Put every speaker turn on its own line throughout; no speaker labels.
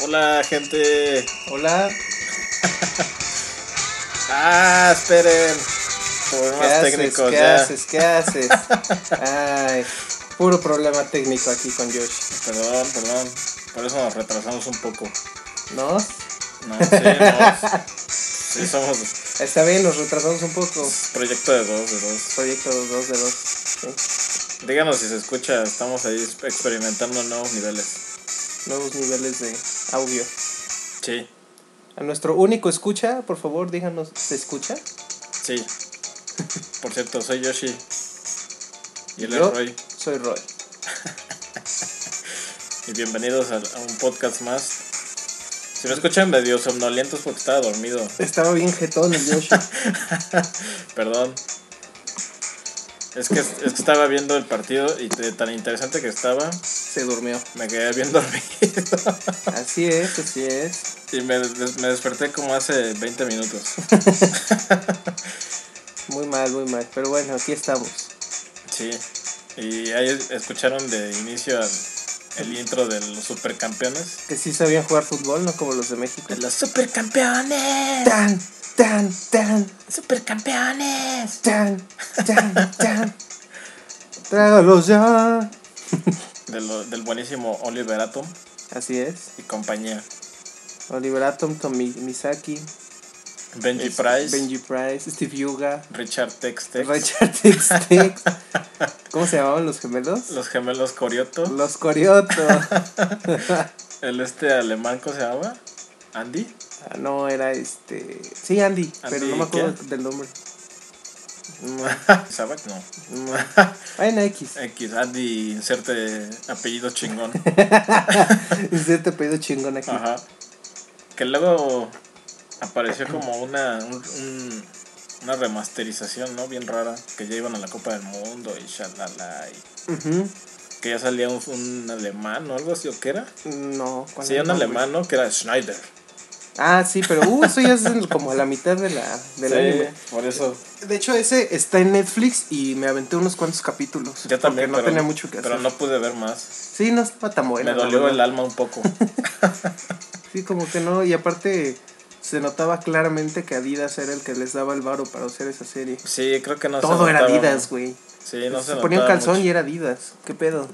Hola, gente.
Hola,
Ah, esperen.
¿qué
Problemas
haces?
técnicos,
¿Qué
ya.
haces? ¿Qué haces? Ay, puro problema técnico aquí con Josh.
Perdón, perdón. Por eso nos retrasamos un poco.
¿No?
No, sí, no. Sí, somos
Está bien, nos retrasamos un poco.
proyecto de dos, de dos.
Proyecto 2 de 2.
Díganos si se escucha, estamos ahí experimentando nuevos niveles.
Nuevos niveles de audio.
Sí,
A nuestro único escucha, por favor, díganos, ¿se escucha?
sí. Por cierto, soy Yoshi. Y él es
Yo.
Roy.
Soy Roy.
Y bienvenidos a, a un podcast más. Si me escuchan medio somnolientos porque estaba dormido.
Estaba bien jetón el Josh.
Perdón. Es que, es que estaba viendo el partido y de tan interesante que estaba,
Se durmió.
me quedé bien dormido.
Así es, así es.
Y me, des- me desperté como hace 20 minutos.
Muy mal, muy mal. Pero bueno, aquí estamos.
Sí. Y ahí es- escucharon de inicio al- el intro de los supercampeones.
Que sí sabían jugar fútbol, no como los de México.
¡De los supercampeones!
Tan, tan, tan.
¡Supercampeones!
Chan, chan, chan. Trágalos ya.
De lo- del buenísimo Oliver Atom
Así es.
y compañía.
Oliver Atom, Tomi Misaki,
Benji
es-
Price,
Este, Benji Price, Steve Yuga,
Richard Textex,
Richard Tix Tix. ¿Cómo se llamaban los gemelos?
los gemelos Corioto.
Los Corioto.
El este alemán, ¿cómo se llama? Andy.
Ah, no, era este. Sí, Andy, pero no me acuerdo
¿qué?
del nombre.
¿Sabak? No.
No. Ay, no, X.
X, Andy, inserte apellido chingón.
Ese te pedido este chingón aquí.
Ajá. Que luego apareció como una, un- un- una remasterización, ¿no? Bien rara. Que ya iban a la Copa del Mundo y shalala. Y
Ujú.
que ya salía un, un alemán o algo así, ¿o qué era?
No, ¿cuál
Sí,
era
un
el nombre?
alemán, ¿no? Que era Schneider.
Ah, sí, pero uh, eso ya es en- como a la mitad de la, del anime.
por eso.
De hecho, ese está en Netflix y me aventé unos cuantos capítulos.
Yo también,
porque no
pero,
tenía mucho que hacer.
pero no pude ver más.
Sí, no estaba tan buena.
Me
la
dolió
verdad.
el alma un poco.
Sí, como que no. Y aparte, se notaba claramente que Adidas era el que les daba el varo para hacer esa serie.
Sí, creo que no se
Todo era
notaba.
Adidas, güey.
Sí, no se,
se ponía un
notaba
calzón
mucho.
y era Adidas. ¿Qué pedo?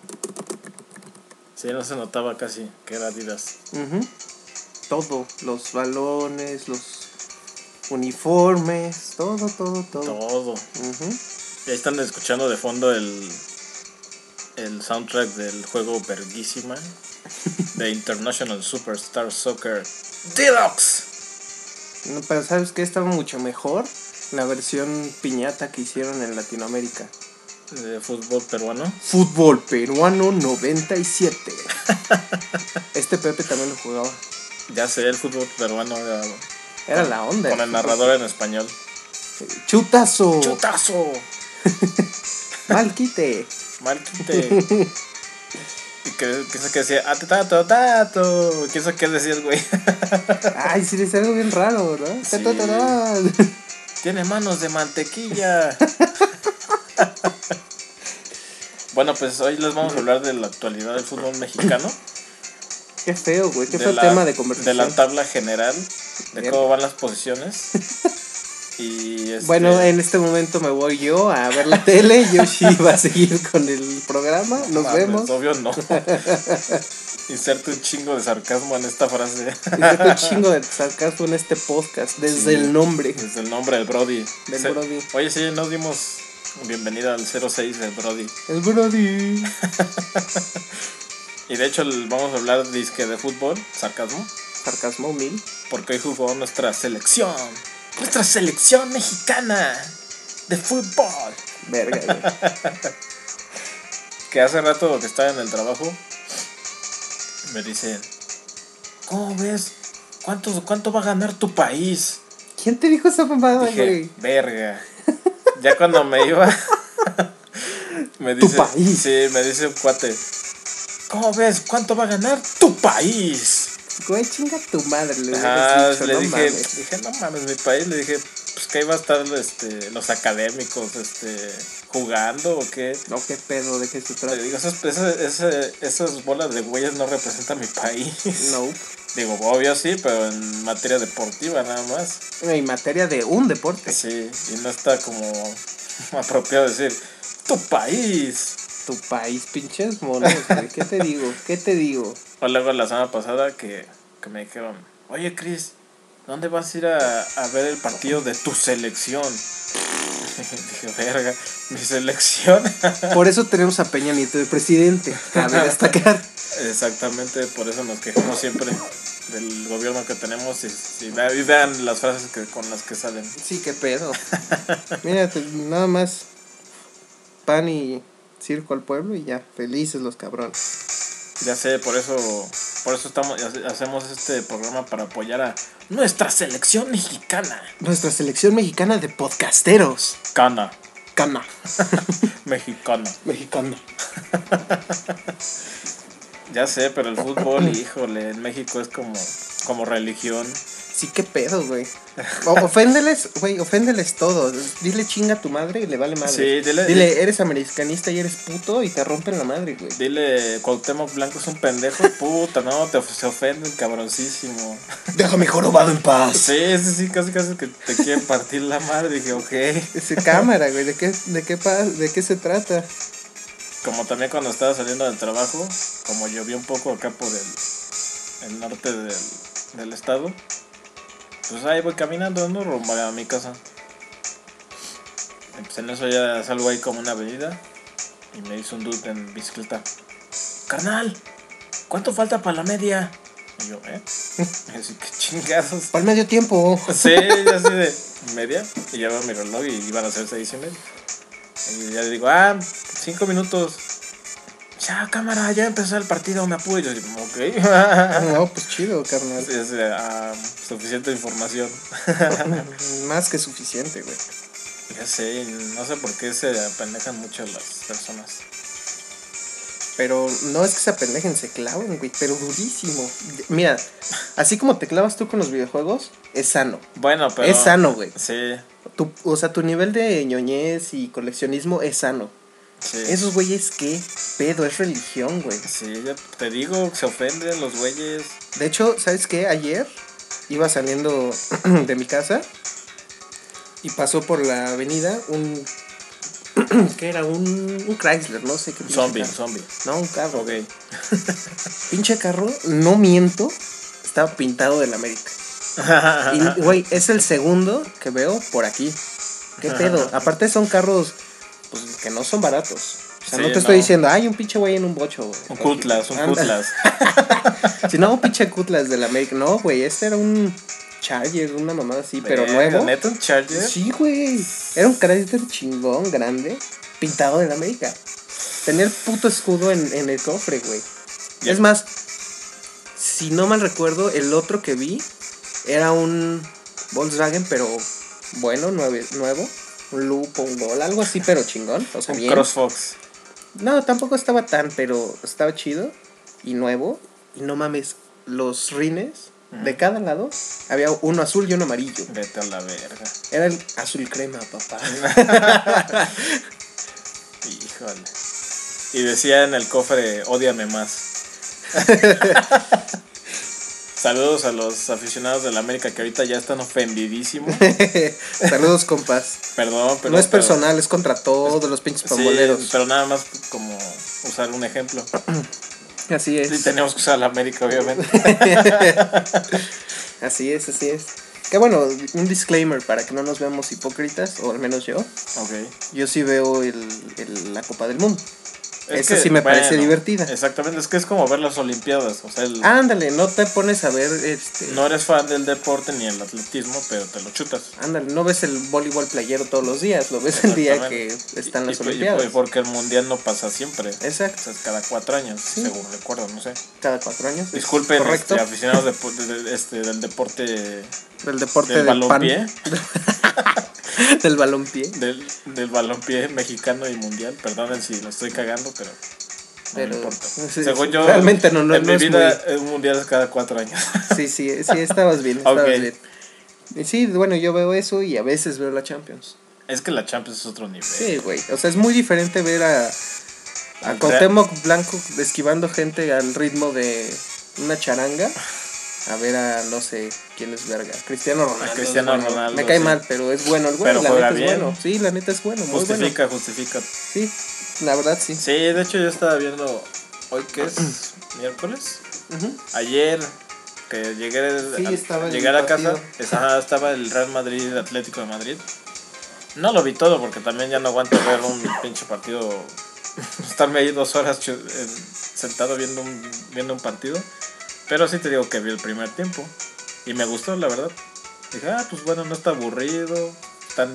Sí, no se notaba casi que era Adidas.
Ujú. Todo. Los balones, los uniformes, todo, todo, todo.
Todo.
Ujú.
Y ahí están escuchando de fondo el, el soundtrack del juego Verguísima de International Superstar Soccer Deluxe.
No, pero sabes que estaba mucho mejor la versión piñata que hicieron en Latinoamérica.
De fútbol peruano.
Fútbol peruano 97. Este Pepe también lo jugaba.
Ya sé, el fútbol peruano era-
Era la onda.
con el narrador en español.
Chutazo.
¡Chutazo!
Mal quite.
Mal quite. Y que, que eso que decía, "Ah, atetato, tato. ¿Qué eso que decías, güey?
Ay, sí, es algo bien raro, ¿verdad?
Sí.
Ta, ta, ta, ta.
Tiene manos de mantequilla. bueno, pues hoy les vamos a hablar de la actualidad del fútbol mexicano.
Qué feo, güey. Qué
de
feo
la-
tema de
De
conversación.
la tabla general, de
Bien.
cómo van las posiciones. y este,
Bueno, en este momento me voy yo a ver la tele. Yoshi va a seguir con el programa. Nos
mames,
vemos.
Obvio no. Inserte un chingo de sarcasmo en esta frase.
Hiciste un chingo de sarcasmo en este podcast,
Sí.
desde el nombre.
Desde el nombre del Brody.
Del
Se-
Brody.
Oye, sí, nos dimos bienvenida al 06 del Brody.
El Brody.
Y de hecho el- vamos a hablar disque de fútbol, sarcasmo.
Sarcasmo mil.
Porque hoy jugó nuestra selección. Nuestra selección mexicana de fútbol.
Verga, güey.
Que hace rato que estaba en el trabajo. Me dicen. ¿Cómo ves? ¿Cuánto, cuánto va a ganar tu país?
¿Quién te dijo esa mamada,
Dije,
güey?
verga. Ya cuando me iba. me
Tu
dice.
país.
Sí, me dice un cuate. ¿Cómo ves? ¿Cuánto va a ganar tu país?
Güey, chinga tu madre, le
Ajá,
hubieras dicho,
le
no
dije,
mames.
dije, no mames, mi país, le dije, pues que iba a estar este, los académicos este, jugando o qué.
No, qué pedo, de qué se
Le
trata.
digo, esas, esas, esas- esas bolas de güeyes no representan mi país.
No.
Digo, obvio sí, pero en materia deportiva nada más.
En materia de un deporte.
Sí, y no está como apropiado decir, tu país.
Tu país, pinches monos, güey. ¿Qué te digo? ¿Qué te digo?
O luego la semana pasada que, que me dijeron, oye Chris, ¿dónde vas a ir a, a ver el partido de tu selección? Dije, verga, mi selección.
Por eso tenemos a Peña Nieto de presidente. Cabe destacar.
Exactamente, por eso nos quejamos siempre del gobierno que tenemos y, y ve- y vean las frases que, con las que salen.
Sí, qué pedo. Mira, te- nada más pan y circo al pueblo y ya, felices los cabrones.
Ya sé, por eso, por eso estamos, hace- hacemos este programa para apoyar a nuestra selección mexicana.
Nuestra selección mexicana de podcasteros.
Cana,
Cana.
mexicana.
Mexicana.
Ya sé, pero el fútbol, híjole, en México es como, como religión.
Sí, qué pedo, güey. O- oféndeles, güey, oféndeles todo. Dile chinga a tu madre y le vale madre.
Sí, dile-
Dile, eres americanista y eres puto y te rompen la madre, güey.
Dile, Cuauhtémoc Blanco es un pendejo, puta, no, te of- se ofenden, cabroncísimo.
Déjame jorobado en paz.
Sí, ese sí, casi casi que te quieren partir la madre, dije, ok.
Ese cámara, güey, ¿de qué, de, qué pa- ¿de qué se trata?
Como también cuando estaba saliendo del trabajo, como llovió un poco acá por el, el norte del, del estado, pues ahí voy caminando, ¿no? Rumbo a mi casa. Y pues en eso ya salgo ahí como una avenida y me hizo un dude en bicicleta. Carnal, ¿cuánto falta para la media? Y yo, ¿eh? Y así, qué chingados.
Para el medio tiempo.
Sí, yo así de media. Y ya veo mi reloj y iban a ser seis y media. Y ya le digo, ah, cinco minutos. Ya, cámara, ya empezó el partido, me apuro. Y yo digo,
Ah,
ok.
No, pues chido, carnal.
Sí, así de, ah, suficiente información.
Más que suficiente, güey.
Ya sé, no sé por qué se apendejan mucho las personas.
Pero no es que se apendejen, se clavan, güey, pero durísimo. Mira, así como te clavas tú con los videojuegos, es sano.
Bueno, pero.
Es sano, güey.
Sí,
Tu- o sea, tu nivel de ñoñez y coleccionismo es sano.
sí.
Esos güeyes, ¿qué pedo? Es religión, güey.
Sí, ya te digo, se ofenden los güeyes.
De hecho, ¿sabes qué? Ayer iba saliendo de mi casa y pasó por la avenida un... ¿Qué era? Un, un Chrysler, no sé qué. pinche
Zombie,
carro.
zombie.
No, un carro.
Ok.
Pinche carro, no miento, estaba pintado del América. Y, güey, es el segundo que veo por aquí. ¿Qué pedo? Aparte son carros pues, que no son baratos. O sea,
Sí,
no te estoy
no.
diciendo, hay un pinche güey en un bocho. güey".
un cutlas, un
Anda.
cutlas.
Si no, un pinche cutlas del América. No, güey, este era un Charger, una mamada así, pero
Verga,
nuevo.
¿Neta un Charger?
Sí, güey. Era un Chrysler chingón, grande, pintado del América. Tenía el puto escudo en, en el cofre, güey.
Ya.
Es más, si no mal recuerdo, el otro que vi era un Volkswagen, pero bueno, nueve- nuevo. Un Lupo, un Gol, algo así, pero chingón. O sea,
Un
bien.
Crossfox.
No, tampoco estaba tan, pero estaba chido y nuevo. Y no mames, los rines de cada lado había uno azul y uno amarillo.
Vete a la verga.
Era el azul crema, papá.
Híjole. Y decía en el cofre, ódiame más. Saludos a los aficionados de la América que ahorita ya están ofendidísimos.
Saludos, compas.
Perdón, pero.
no es
pero-
personal, es contra todos los pinches
Sí,
pamboleros.
pero nada más como usar un ejemplo.
Así
Sí,
es.
tenemos que usar la América, obviamente.
Así es, así es. Que bueno, un disclaimer para que no nos veamos hipócritas, o al menos yo.
ok.
Yo sí veo el, el- la Copa del Mundo.
Es
Esa sí me parece divertida. Ah,
Exactamente, es que es como ver las Olimpiadas. O sea, el-
Ándale, no te pones a ver este.
no eres fan del deporte ni el atletismo, pero te lo chutas.
Ándale, no ves el voleibol playero todos los días, lo ves el día que
Exactamente.
están
Y- pues,
las
y- y-
Olimpiadas.
y porque el mundial no pasa siempre. O
Exacto,
sea, es cada cuatro años,
Sí.
según recuerdo, no sé.
cada cuatro años.
Disculpen,
Correcto.
este, aficionados de po- de- de- este, del deporte
Del deporte
del
del, pan.
balompié,
del balompié.
del, del balompié mexicano y mundial. Perdonen si lo estoy cagando, pero no
Pero,
me importa.
sí,
según yo,
realmente no- no-
en
no
mi
es
vida un mundial es cada cuatro años.
Sí, sí, sí, estabas bien, estabas
Ok.
bien. Y sí, bueno, yo veo eso y a veces veo la Champions.
es que la Champions es otro nivel.
Sí, güey. O sea, es muy diferente ver a, a Cuauhtémoc Blanco esquivando gente al ritmo de una charanga a ver a no sé quién es verga. Cristiano Ronaldo.
A Cristiano
es bueno.
Ronaldo,
Me cae
sí.
mal, pero es bueno el güey.
Pero
la
juega
neta es
bien.
bueno. Sí, la neta es bueno, muy bueno.
Justifica, justifica.
Sí, la verdad sí.
Sí, de hecho yo estaba viendo hoy que es miércoles.
Ujú.
Ayer que llegué,
Sí,
a,
estaba el
llegué a la
partido.
casa, es- ajá, estaba el Real Madrid, Atlético de Madrid. No lo vi todo porque también ya no aguanto ver un pinche partido, estarme ahí dos horas chu- en- sentado viendo un, viendo un partido. Pero sí te digo que vi el primer tiempo y me gustó, la verdad. Dije, ah, pues bueno, no está aburrido, están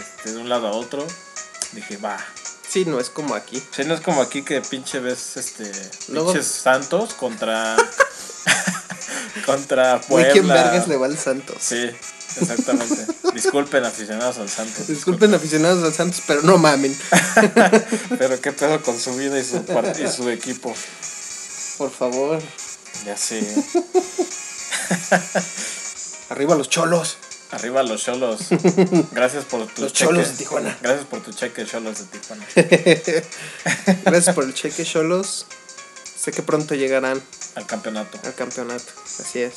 este, de un lado a otro. Dije, va,
Sí, no es como aquí.
Sí, no es como aquí que pinche ves este
Luego-
pinches Santos contra contra
Güey,
Puebla.
¿quién vergas le va al Santos?
Sí, exactamente. Disculpen aficionados al Santos.
Disculpen aficionados al Santos, pero no mamen.
pero qué pedo con su vida y su part- y su equipo.
Por favor,
Ya sé.
arriba los cholos.
Arriba los cholos. Gracias por tu
Los
cheque.
Cholos de Tijuana.
Gracias por tu cheque, cholos de Tijuana.
Gracias por el cheque, cholos. Sé que pronto llegarán
Al campeonato.
al campeonato. Así es.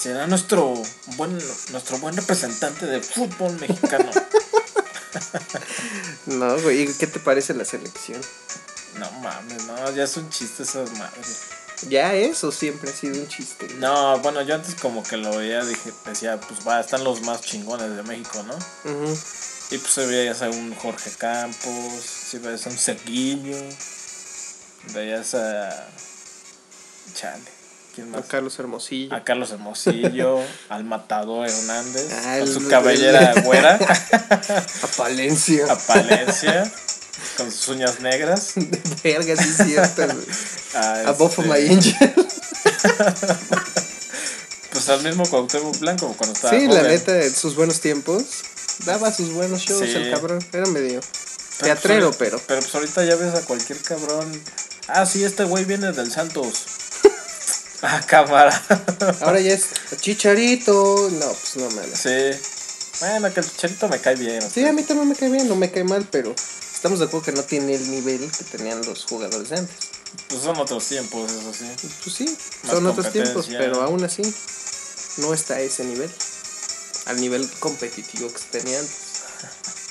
Será nuestro buen nuestro buen representante de fútbol mexicano.
No, güey, ¿qué te parece la selección?
No mames, no, ya es un chiste esas madres.
¿Ya es o siempre ha sido un chiste? güey?
No, bueno, yo antes como que lo veía, dije, decía, pues va, están los más chingones de México, ¿no?
Ujú.
Y pues se veía a un Jorge Campos, si veías a un Cerguillo, veías a. Chale, ¿quién
A
más?
Carlos Hermosillo.
A Carlos Hermosillo, al Matador Hernández,
Ah,
a
el-
su cabellera
el-
güera,
A Palencia.
a Palencia, con sus uñas negras,
Verga, sí es cierto, güey.
a,
A
este,
Bofo Mayenge.
Pues al mismo Cuauhtémoc Blanco cuando estaba.
Sí, la
joven.
neta, en sus buenos tiempos. Daba sus buenos shows
Sí.
el cabrón. Era medio
Pero,
teatrero,
pues,
pero.
Pero pues ahorita ya ves a cualquier cabrón. Ah, sí, este güey viene del Santos. ah, cámara.
Ahora ya es Chicharito. No, pues no mames.
sí. Bueno, que el chicharito me cae bien.
Sí, a mí también me cae bien, no me cae mal, pero estamos de acuerdo que no tiene el nivel que tenían los jugadores de antes.
Pues son otros tiempos, eso sí.
Pues sí,
Más
son otros tiempos,
competencia.
pero aún así no está a ese nivel. Al nivel competitivo que se tenía antes.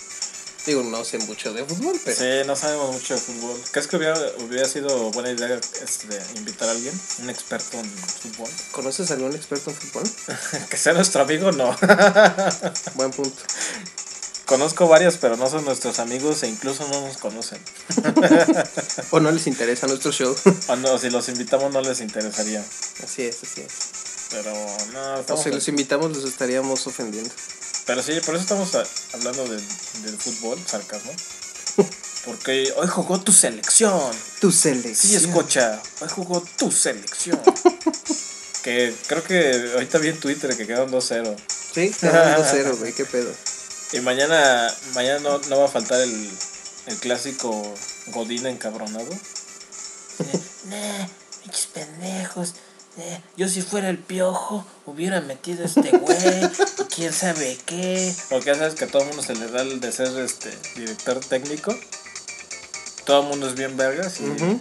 Digo, no sé mucho de fútbol, pero
Sí, no sabemos mucho de fútbol. ¿Crees que hubiera, hubiera sido buena idea este, invitar a alguien? ¿Un experto en fútbol?
¿conoces a algún experto en fútbol?
que sea nuestro amigo, no.
Buen punto.
Conozco varios, pero no son nuestros amigos e incluso no nos conocen.
O no les interesa nuestro show.
O no, si los invitamos no les interesaría.
así es, así es.
Pero no,
O
estamos
si los invitamos, los estaríamos ofendiendo.
Pero sí, por eso estamos a- hablando del, del fútbol, sarcasmo. Porque hoy jugó tu selección.
Tu selección.
Sí, escucha. Hoy jugó tu selección. que creo que ahorita vi en Twitter que quedaron 2-0.
Sí, te mando cero, güey, qué pedo.
Y mañana, mañana no, no va a faltar el, el clásico Godín encabronado. nah, pinches pendejos. nah, yo si fuera el piojo, hubiera metido a este güey. y ¿Quién sabe qué? Porque ya sabes que a todo el mundo se le da el de ser este director técnico. Todo el mundo es bien vergas y...
Ujú.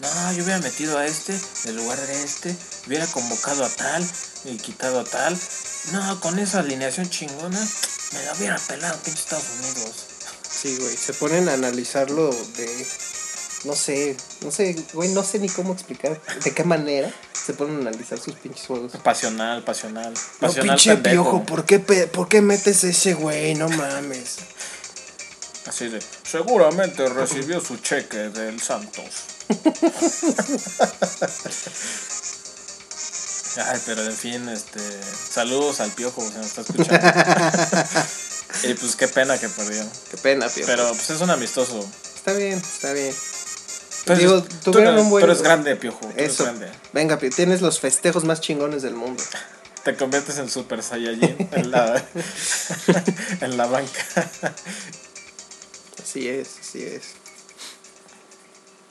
No, yo hubiera metido a este en lugar de este, hubiera convocado a tal y quitado a tal. No, con esa alineación chingona me la hubiera pelado, pinche Estados Unidos.
Sí, güey, se ponen a analizarlo de... No sé, no sé, güey, no sé ni cómo explicar de qué manera se ponen a analizar sus pinches juegos.
Pasional, pasional.
No,
Pasional
pinche
pendejo.
piojo, ¿por qué, pe- ¿por qué metes ese güey? No mames.
Así de, seguramente recibió su cheque del Santos. Ay, pero en fin, este. Saludos al piojo, se nos está escuchando. y pues qué pena que perdió.
Qué pena, piojo.
Pero pues es un amistoso.
Está bien, está bien.
Tú eres-
Digo,
tú,
tuvieron
eres,
un buen-
tú eres grande, piojo. Tú eres
Eso.
grande.
Venga, piojo, tienes los festejos más chingones del mundo.
Te conviertes en Super Saiyajin en la, en la banca.
Así es, así es.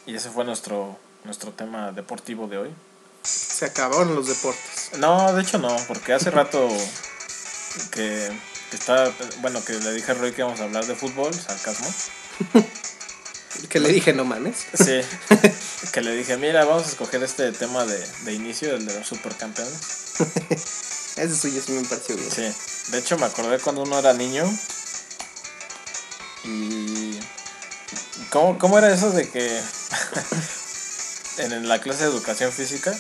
Y ese fue nuestro, nuestro tema deportivo de hoy.
Se acabaron los deportes.
No, de hecho no, porque hace rato que, que estaba. Bueno, que le dije a Roy que íbamos a hablar de fútbol, sarcasmo.
Que le dije, no mames.
Sí. que le dije, mira, vamos a escoger este tema de, de inicio, el de los supercampeones.
Ese suyo sí me pareció bien.
Sí. De hecho, me acordé cuando uno era niño. Y. ¿Cómo, cómo era eso de que. en la clase de educación física,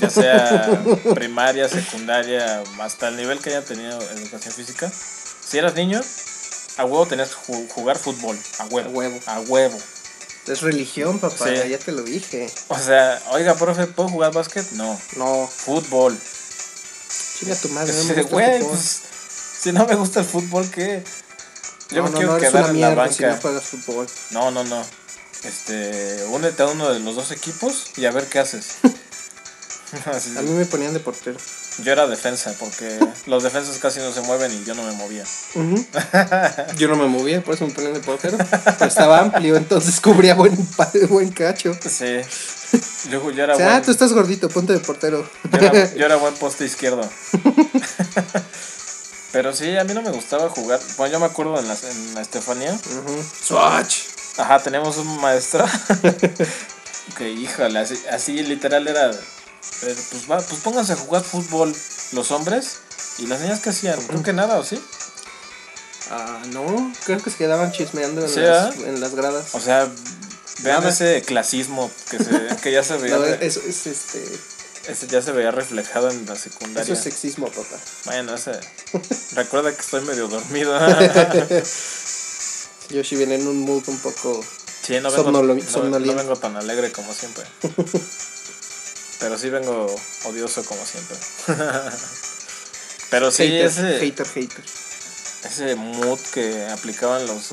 ya sea primaria, secundaria, hasta el nivel que haya tenido educación física, si eras niño, a huevo tenías que ju- jugar fútbol. A huevo.
A huevo.
A huevo.
Es religión, papá,
Sí.
ya te lo dije.
O sea, oiga, profe, ¿puedo jugar básquet? No.
No,
Fútbol.
chinga tu madre, no
Así
me
de,
gusta
"Güey,
el fútbol".
pues, si no me gusta el fútbol, ¿qué? Yo
no,
me
no,
quiero
no, eres
quedar
una
en la
mierda si no
banca.
juegas fútbol.
No, no, no. Este, únete a uno de los dos equipos y a ver qué haces. Así de-
A mí me ponían de portero.
yo era defensa porque los defensas casi no se mueven y yo no me movía.
Yo no me movía, por eso me ponían de portero. Pero estaba amplio, entonces cubría buen, pa- buen cacho.
Sí. Yo, yo era
O sea, ah,
buen,
tú estás gordito, ponte de portero.
yo era- yo era buen poste izquierdo. Pero sí, a mí no me gustaba jugar. Bueno, yo me acuerdo en la, en la Estefanía.
Ujú. Swatch.
Ajá, tenemos un maestro. que híjole, así, así literal era. eh, Pues, va, pues pónganse a jugar fútbol los hombres y las niñas que hacían. Creo que nada, ¿o sí?
Ah, no, creo que se quedaban chismeando en,
Sí,
las,
¿ah?
en las gradas.
O sea, vean
Nada.
ese clasismo que, se, que pues, ya, se veía,
No,
re-
eso es este.
ese ya se veía reflejado en la secundaria.
Eso es sexismo, papá.
Bueno, ese. Recuerda que estoy medio dormido.
Yo sí viene en un mood un poco.
Sí, no vengo,
Somnolo-
no-
somnoliento.
no vengo tan alegre como siempre. Pero sí vengo odioso como siempre. Pero sí,
hater,
ese,
hater, hater.
ese mood que aplicaban los,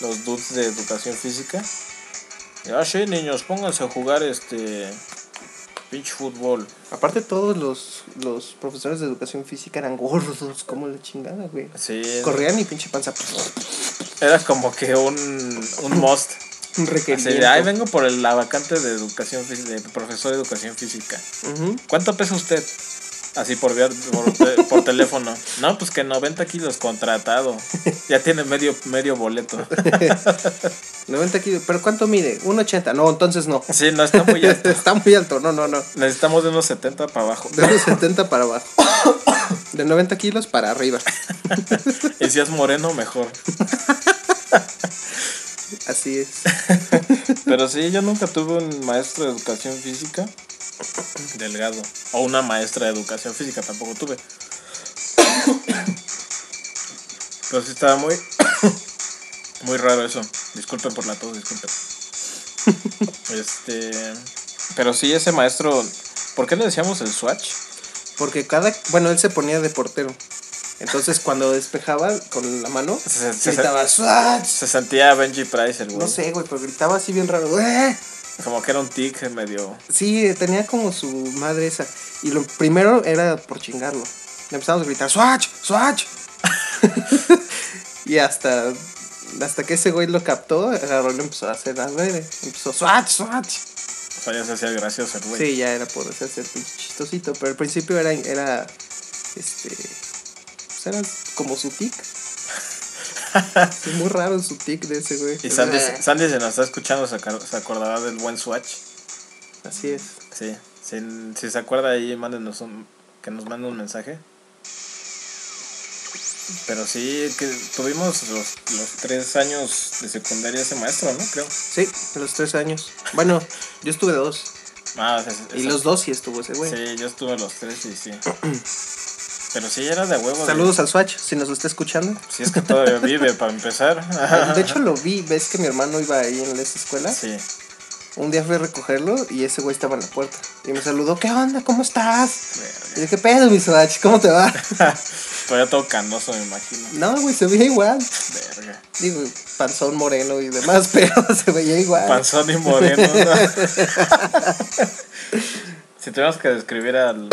los dudes de educación física. Y, Ah, sí, niños, pónganse a jugar este pinche fútbol.
Aparte, todos los, los profesores de educación física eran gordos, como la chingada, güey.
Sí,
Corrían y pinche panza. pues,
era como que un, un must.
Un
Así de, "Ay,
requerimiento.
vengo por el- la vacante de educación fí- de profesor de educación física.
Ujú.
¿Cuánto pesa usted? Así por, vía- por, te- por teléfono. No, pues que 90 kilos contratado. Ya tiene medio, medio boleto.
90 kilos. ¿Pero cuánto mide? 1,80. No, entonces no.
Sí, no está muy alto.
Está muy alto. No, no, no.
Necesitamos de unos 70 para abajo.
De unos 70 para abajo. De 90 kilos para arriba.
Y si es moreno, mejor.
Así es.
Pero sí, yo nunca tuve un maestro de educación física delgado. O una maestra de educación física tampoco tuve. Pero sí estaba muy, muy raro eso. Disculpen por la tos, disculpen. Este. Pero sí, ese maestro. ¿Por qué le decíamos el Swatch?
Porque cada. Bueno, él se ponía de portero. Entonces, cuando despejaba con la mano,
Se- se-
gritaba "Swats".
Se sentía Benji Price el güey.
No sé, güey, pero gritaba así bien raro. "¡Eh!".
Como que era un tic medio.
Sí, tenía como su madre esa. Y lo primero era por chingarlo. Le empezamos a gritar, ¡Swatch! ¡Swatch! y hasta, hasta que ese güey lo captó, agarró y lo empezó a hacer a ver. Empezó, ¡Swatch! ¡Swatch!
O sea, ya se hacía gracioso el güey.
Sí, ya era por hacerse pinche chistosito. Pero al principio era, era este, pues era como su tic. Es muy raro su tic de ese güey.
Y Sandy,
Eh.
Sandy se nos está escuchando, se acar- se acordará del buen Swatch.
Así es.
Sí, si, si se acuerda ahí, mándenos un, que nos mande un mensaje. Pero sí, que tuvimos los, los tres años de secundaria ese maestro, ¿no? Creo.
Sí, a los tres años. Bueno, yo estuve dos.
Ah, o sea, es- es-
Y los dos sí estuvo ese güey.
Sí, yo estuve los tres y sí. Pero sí, era de huevo.
Saludos al Swatch, si nos está escuchando. Eh,
Si es que todavía vive, para empezar.
De hecho, lo vi, ves que mi hermano iba ahí en esa escuela.
Sí.
Un día fui a recogerlo y ese güey estaba en la puerta. Y me saludó, ¿qué onda? ¿Cómo estás? Y yo, ¿qué pedo, mi Swatch? ¿Cómo te va?
Todavía todo canoso, me imagino.
No, güey, se veía igual.
Verga.
Digo, panzón moreno y demás, pero se veía igual.
Panzón y moreno. ¿no? si tuviéramos que describir al,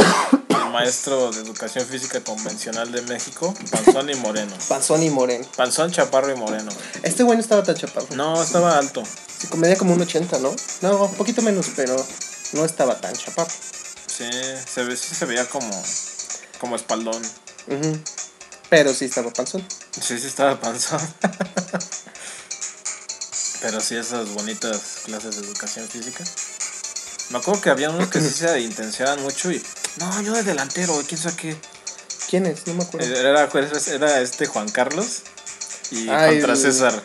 al maestro de educación física convencional de México, panzón y moreno.
Panzón y moreno.
Panzón, chaparro y moreno.
Este güey no estaba tan chaparro.
No, estaba alto.
Se comedía como un 80, ¿no? No, un poquito menos, pero no estaba tan chaparro.
Sí, se, ve, sí se veía como, como espaldón.
Ujú. Pero sí estaba panzón.
Sí, sí estaba panzón. Pero sí, esas bonitas clases de educación física. Me acuerdo que había unos que sí se intencionaban mucho y. No, yo de delantero, quién sabe qué.
¿Quién es? No me acuerdo.
Era, era este Juan Carlos y
Ay,
contra
el-
César.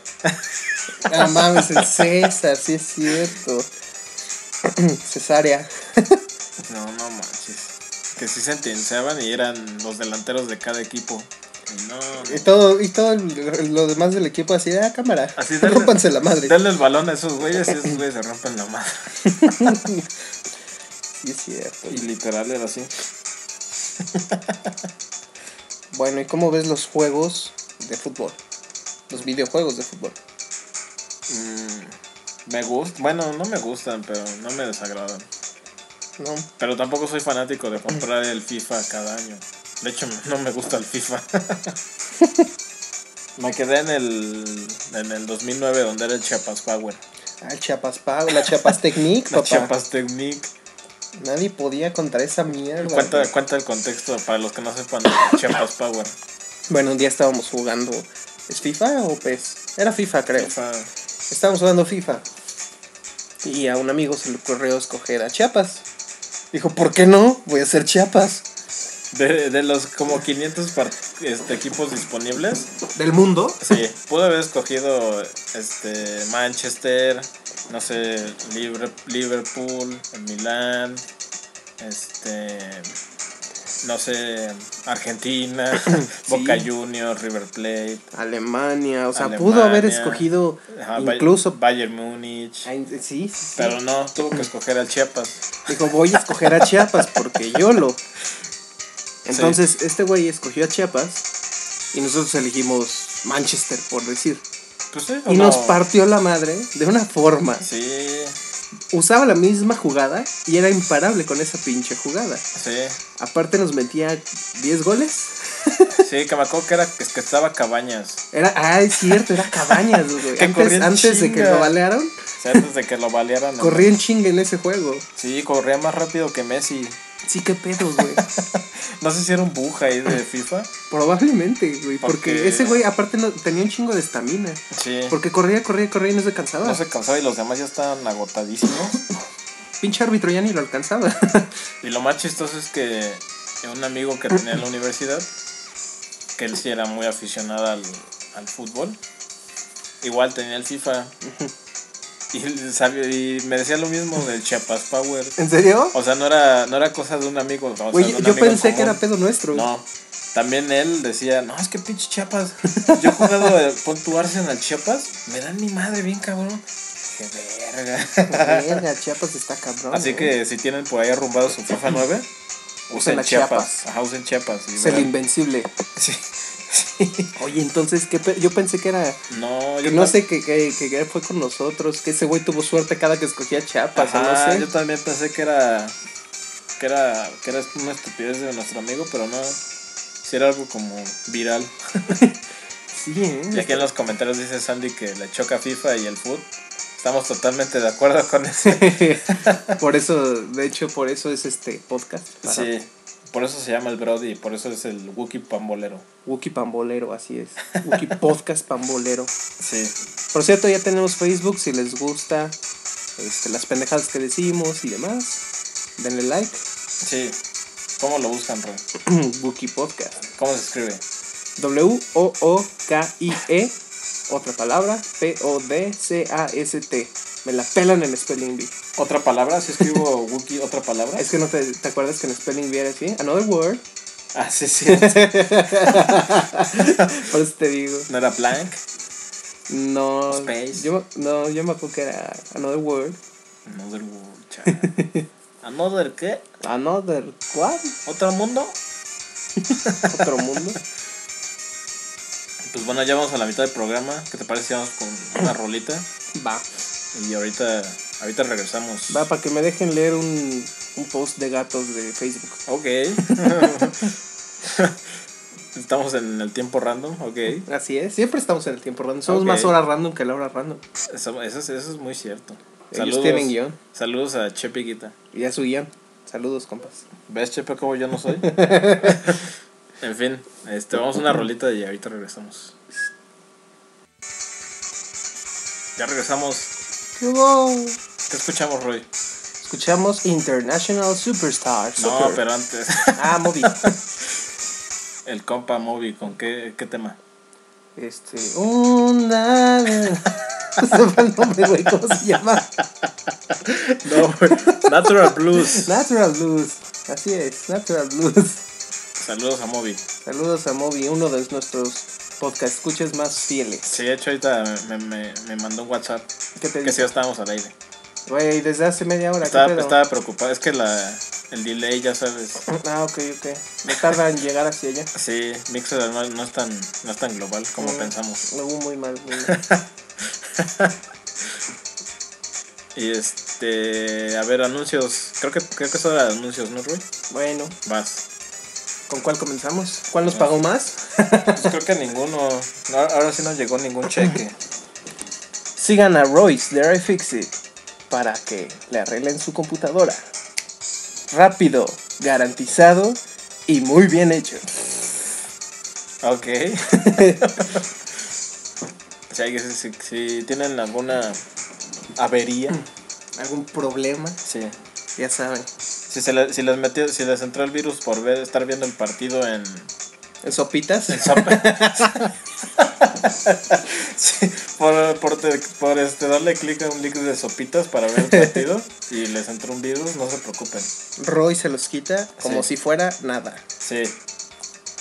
Ah, mames, el César, sí es cierto. Cesárea.
No, no manches. Que sí se sentenciaban y eran los delanteros de cada equipo. Y no.
Y todo, y todo el- lo demás del equipo así, ah, cámara.
Así, dale.
Rómpanse la madre.
Dale el balón a esos güeyes y esos güeyes se rompen la madre.
Sí es cierto.
Y literal era así.
Bueno, ¿y cómo ves los juegos de fútbol? Los videojuegos de fútbol.
Mm, me gusta. Bueno, no me gustan, pero no me desagradan.
No,
Pero tampoco soy fanático de comprar el FIFA cada año. De hecho, no me gusta el FIFA. me quedé en el, en el 2009, donde era el Chiapas Power.
Ah, el Chiapas Pago, la Chiapas Technique,
La
papá.
Chiapas Technique.
Nadie podía contra esa mierda.
Cuenta,
güey.
cuenta el contexto para los que no sepan Chiapas Power.
Bueno, un día estábamos jugando. ¿Es FIFA o PES? Era FIFA, creo.
FIFA.
Estábamos jugando FIFA. Y a un amigo se le ocurrió escoger a Chiapas. Dijo, ¿por qué no? Voy a hacer Chiapas.
De, de los como 500 par- este, equipos disponibles,
¿Del mundo?
sí, pudo haber escogido este, Manchester, no sé, Libre- Liverpool, Milán, este, no sé, Argentina, Boca Juniors, River Plate,
Alemania, o sea, pudo haber
Alemania.
escogido
ajá, Bay-
incluso...
Bayern Múnich.
Ay, Sí, sí, sí.
Pero no, tuvo que escoger al Chiapas.
Dijo, voy a escoger a Chiapas porque yo lo. Entonces, este güey escogió a Chiapas y nosotros elegimos Manchester, por decir.
Pues sí,
Y
no.
nos partió la madre de una forma.
Sí,
Usaba la misma jugada y era imparable con esa pinche jugada.
sí.
Aparte nos metía 10 goles.
Sí, que me acuerdo que, era, que que estaba Cabañas.
Era, ah, es cierto, era Cabañas, güey.
Que corría
Antes,
en
antes de que
chinga.
lo balearon,
O sea, antes de que lo balearan. ¿no?
corría en chinga en ese juego.
Sí, corría más rápido que Messi.
Sí, qué pedo, güey.
No sé si era un bug ahí de FIFA.
Probablemente, güey. Porque
Porque-
ese güey, aparte, no, tenía un chingo de estamina.
Sí.
Porque corría, corría, corría y no se cansaba.
No se cansaba y los demás ya estaban agotadísimos.
Pinche árbitro ya ni lo alcanzaba.
Y lo más chistoso es que un amigo que tenía en la universidad, que él sí era muy aficionado al, al fútbol, igual tenía el FIFA. Y, él sabía- y me decía lo mismo del Chiapas Power.
¿En serio?
O sea, no era, no era cosa de un amigo. o sea, de
Güey,
un
yo
amigo en
pensé que
común.
era pedo nuestro.
No, también él decía, no, es que pinche Chiapas. Yo he jugado eh, pon tu Arsenal Chiapas, me dan mi madre bien cabrón. Qué verga.
Verga, Chiapas está cabrón.
Así
güey.
que si tienen por ahí arrumbado su FIFA 9, usen
la
Chiapas.
Chiapas.
Ajá, usen Chiapas. y
Es el
verán.
invencible.
Sí, sí.
Oye, entonces, ¿qué pe- yo pensé que era.
No,
Que
yo
no
tam-
sé que, que, que- que fue con nosotros. Que ese güey tuvo suerte cada que escogía Chiapas. o
Ajá,
no
Yo
sé.
también pensé que era, que era que era una estupidez de nuestro amigo, pero no. Si era algo como viral.
Sí,
Y
¿eh?
aquí en los comentarios dice Sandy que le choca FIFA y el food. Estamos totalmente de acuerdo con eso.
por eso, de hecho, por eso es este podcast. para
Sí. Por eso se llama el Brody, por eso es el Wookiee Pambolero.
Wookie Pambolero, así es. Wookie Podcast Pambolero.
Sí.
Por cierto, ya tenemos Facebook si les gusta este, las pendejadas que decimos y demás. Denle like.
Sí. ¿Cómo lo buscan, Roy?
Wookie Podcast.
¿Cómo se escribe?
W-O-O-K-I-E. E, Otra palabra. P-O-D-C-A-S-T. Me la pelan en Spelling Bee.
¿Otra palabra? Si escribo Wookiee, ¿otra palabra?
Es que no te, ¿te acuerdas que en Spelling Bee era así. Another word.
Ah, sí, sí.
Por eso te digo.
¿No era blank?
No.
Space.
Yo, me- no, yo me acuerdo que era Another word.
Another world, chale. ¿Another qué?
Another what?
¿Otro mundo?
Otro mundo.
Pues bueno, ya vamos a la mitad del programa. ¿Qué te parece si vamos con una rolita?
Va.
Y ahorita, ahorita regresamos.
Va, para que me dejen leer un, un post de gatos de Facebook.
Ok. Estamos en el tiempo random, ok.
Así es, siempre estamos en el tiempo random. Somos
Ok.
más hora random que la hora random.
Eso, eso es, eso es muy cierto.
Ellos tienen guión
Saludos a Chepe Guita.
y ya su guión. Saludos, compas.
¿Ves, Chepe, cómo yo no soy? en fin, este, vamos a una rolita y ahorita regresamos. Ya regresamos.
Wow.
¿Qué escuchamos, Roy?
Escuchamos International Superstar.
No,
Soccer.
pero antes.
Ah, Moby.
El compa Moby, ¿con qué, qué tema?
Este. Una. de- No se me va el nombre, güey. ¿Cómo se llama?
No, Natural Blues.
Natural Blues. Así es, Natural Blues.
Saludos a Moby.
Saludos a Moby, uno de nuestros podcast escuches más fieles.
Sí, de hecho, ahorita me, me- me mandó un WhatsApp
¿Qué te
que si
dice?
ya estábamos al aire.
Güey, desde hace media hora. ¿qué
Estaba,
pedo?
estaba preocupado, es que la, el delay, ya sabes.
Ah, ok, ok. No tarda en llegar hacia allá.
Sí, Mixer no, no es, tan, no es tan global como
Mm.
pensamos.
Lo hubo muy mal, muy mal.
Y este, a ver, anuncios. Creo que, creo que es hora de anuncios, ¿no, Roy?
Bueno,
Vas.
¿con cuál comenzamos? ¿Cuál nos pagó más?
Pues creo que ninguno. no, ahora sí no llegó ningún cheque.
Sigan a Royce de iFixit para que le arreglen su computadora. Rápido, garantizado y muy bien hecho.
Ok. O sea, que si, si- si tienen alguna avería,
¿Algún problema?
sí.
Ya saben.
Si, se le- si, les metió, si les entró el virus por ver, estar viendo el partido en.
¿En sopitas?
Sí, por por, te- por, este, darle clic a un link de sopitas para ver el partido y les entró un virus, no se preocupen.
Roy se los quita como
Sí.
si fuera nada.
Sí,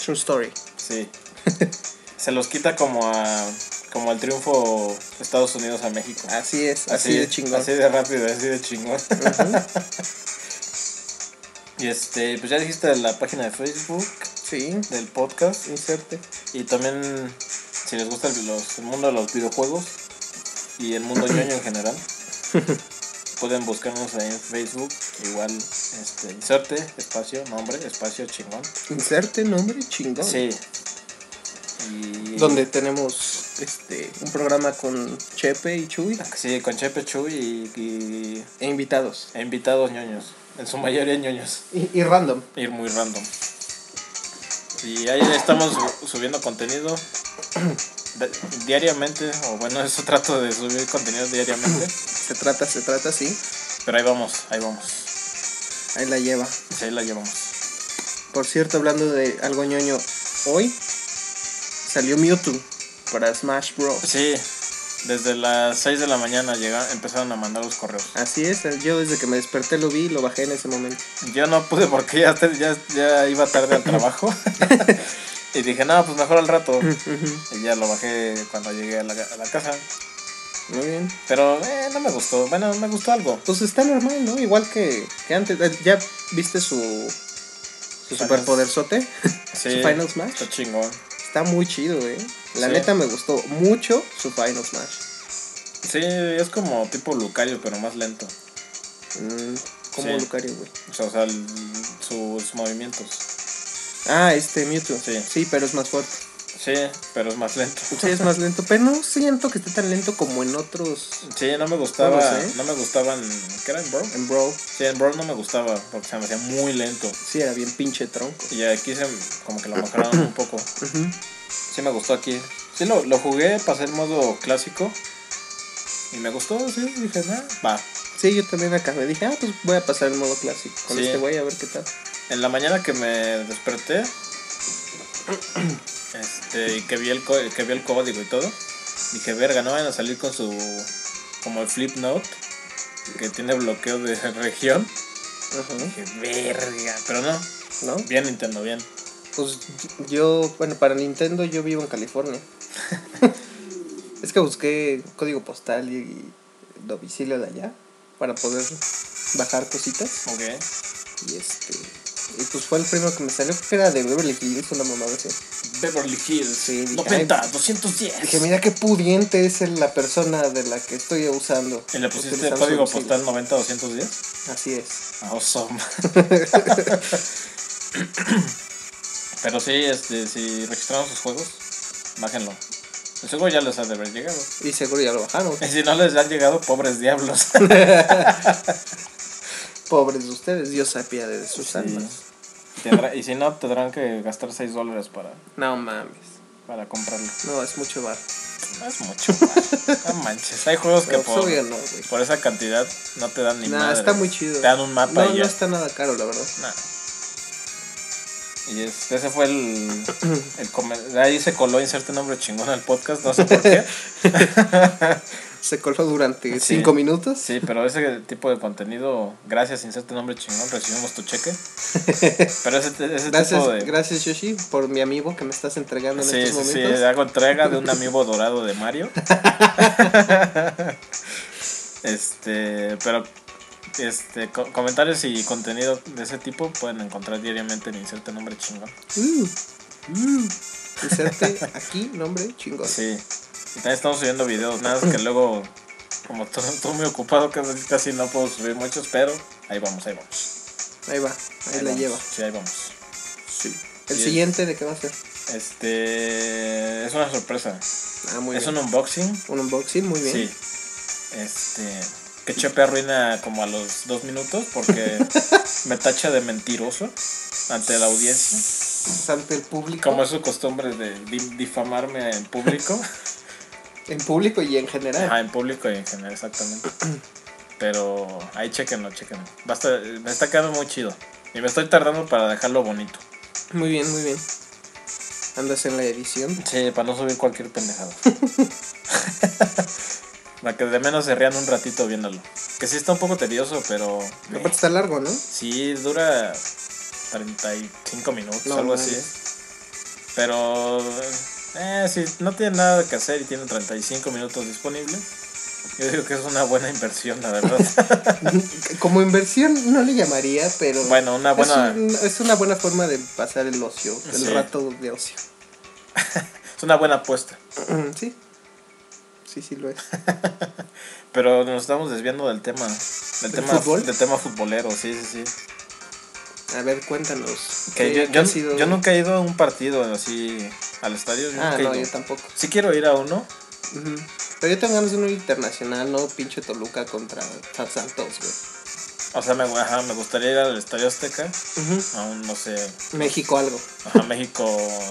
True story.
sí. Se los quita como a como el triunfo Estados Unidos a México.
Así es, así, de chingón.
Ah, Así de rápido, así de chingón.
Ujú.
Y este, pues ya dijiste la página de Facebook
Sí,
del podcast
inserte.
y también si les gusta el, los- el mundo de los videojuegos y el mundo ñoño en general, pueden buscarnos ahí en Facebook, igual este, inserte, espacio, nombre, espacio chingón.
Inserte nombre chingón.
Sí. Y...
Donde tenemos este un programa con Chepe y Chuy
Sí, con Chepe Chuy y, y-
e invitados.
e invitados ñoños, en su mayoría ñoños.
Y, y random.
ir muy random. Y ahí estamos su- subiendo contenido de- diariamente, o bueno, eso trato de subir contenido diariamente.
Se trata, se trata, sí.
Pero ahí vamos, ahí vamos.
Ahí la lleva.
Sí, ahí la llevamos.
Por cierto, hablando de algo ñoño, hoy salió Mewtwo para Smash Bros.
Sí, desde las 6 de la mañana llega- empezaron a mandar los correos.
Así es, yo desde que me desperté lo vi y lo bajé en ese momento.
Yo no pude porque ya, te- ya, ya iba tarde al trabajo. y dije, no, pues mejor al rato. Y ya lo bajé cuando llegué a la, a la casa.
Muy bien.
Pero eh, no me gustó. Bueno, me gustó algo.
Pues está normal, ¿no? Igual que, que antes. Eh, ¿Ya viste su, su
Final-
superpoderzote?
Sí,
Su Final Smash.
está chingón.
Está muy chido, ¿eh? La
Sí.
neta me gustó mucho su Final Smash.
Sí, es como tipo Lucario, pero más lento.
Mm, como
Sí.
Lucario, güey.
O sea, o sea, el- sus movimientos.
Ah, este Mewtwo.
Sí.
Sí. pero es más fuerte.
Sí, pero es más lento.
Sí, es más lento. Pero no siento que esté tan lento como en otros.
Sí, no me gustaba.
No lo sé.
No me gustaban. ¿Qué era en Brawl?
En Brawl.
Sí, en Brawl no me gustaba porque se me hacía muy lento.
Sí, era bien pinche tronco.
Y aquí se, como que lo mejoraron un poco.
Ujú.
Sí, me gustó aquí. Sí, lo, lo jugué, pasé el modo clásico. Y me gustó, sí, dije, nada. Va.
Sí, yo también acabé. Dije, ah, pues voy a pasar el modo clásico con
Sí.
este güey a ver qué tal.
En la mañana que me desperté. Este, y que vi el, co- que vi el código y todo. Dije, verga, no van a salir con su. Como el flip note. Que tiene bloqueo de región.
Ajá.
Dije, verga. Pero no.
¿No?
Bien, Nintendo, bien.
Pues yo, bueno, para Nintendo yo vivo en California. es que busqué código postal y domicilio de allá para poder bajar cositas.
Ok.
Y este. Y pues fue el primero que me salió, creo que era de Beverly Hills, una mamada así.
Beverly Hills.
Sí, dije,
90,
ay.
210.
Dije, mira qué pudiente es el- la persona de la que estoy abusando.
¿Y le pusiste el
Utilizando
código
su
postal 90, 210?
domicilio. Así es.
Ah, Awesome. Pero sí, este, si registraron sus juegos, bájenlo. El juego ya les ha de haber llegado.
Y seguro ya lo bajaron.
Y si no les han llegado, pobres diablos.
Pobres de ustedes, Dios se apiade de sus
Sí.
almas.
Tendrá- y si no, tendrán que gastar 6 dólares para,
No mames.
para comprarlo.
No, es mucho bar.
No es mucho, güey. No manches. Hay juegos que
Pero, pues,
por,
obvio no, güey.
por esa cantidad no te dan ni
Nah,
nada.
está muy chido.
Te dan un mapa
No,
y
no
ya.
está nada caro, la verdad.
Nah. Y este, ese fue el, el comen- Ahí se coló inserte nombre chingón al podcast, no sé por qué.
Se coló durante
Sí.
5 minutos.
Sí, pero ese tipo de contenido, gracias inserte nombre chingón, recibimos tu cheque. Pero ese, te- ese
Gracias,
tipo de...
gracias Yoshi por mi amigo que me estás entregando en
Sí,
estos
sí, sí,
momentos.
hago entrega de un amigo dorado de Mario. este, pero este co- comentarios y contenido de ese tipo pueden encontrar diariamente en inserte nombre chingón.
Uh, uh. Inserte aquí, nombre chingón.
Sí. Y también estamos subiendo videos, nada más que luego como to- estoy muy ocupado casi, casi no puedo subir muchos, pero ahí vamos, ahí vamos.
Ahí va, ahí, la
vamos.
lleva.
Sí, ahí vamos.
Sí. ¿El
Sí.
siguiente de qué va a ser?
Este es una sorpresa.
Ah, muy
es
bien.
un unboxing.
Un unboxing, muy bien.
Sí. Este. Que Chepe arruina como a los dos minutos porque me tacha de mentiroso ante la audiencia.
Ante el público.
Como es su costumbre de di- difamarme en público.
En público y en general.
Ah, en público y en general, exactamente. Pero ahí chequenlo, chequenlo. Basta, me está quedando muy chido. Y me estoy tardando para dejarlo bonito.
Muy bien, muy bien. Andas en la edición.
Sí, para no subir cualquier pendejado. para que de menos se rían un ratito viéndolo. Que sí está un poco tedioso, pero.
Aparte está largo, ¿no?
Sí, dura 35 minutos,
No,
algo
no,
así.
no.
Pero eh, si no tienen nada que hacer y tienen 35 minutos disponibles, yo digo que es una buena inversión, la verdad.
Como inversión no le llamaría, pero.
Ah, bueno, una buena
Es, un- es una buena forma de pasar el ocio, el
Sí.
rato de ocio.
es una buena apuesta.
Sí. Sí, sí lo es.
Pero nos estamos desviando del tema del
¿Del
tema
fútbol?
del tema futbolero, sí, sí, sí.
A ver, cuéntanos.
Que yo,
¿qué- qué
yo-
ha sido?
yo nunca he ido a un partido así al estadio, yo
Ah,
nunca he
no,
ido.
yo tampoco.
Sí quiero ir a uno.
Ujú. Pero yo tengo ganas de un internacional, no pinche Toluca contra San Santos, güey.
O sea, me, ajá, me gustaría ir al Estadio Azteca,
Ujú.
a un, no sé,
México algo.
Ajá, México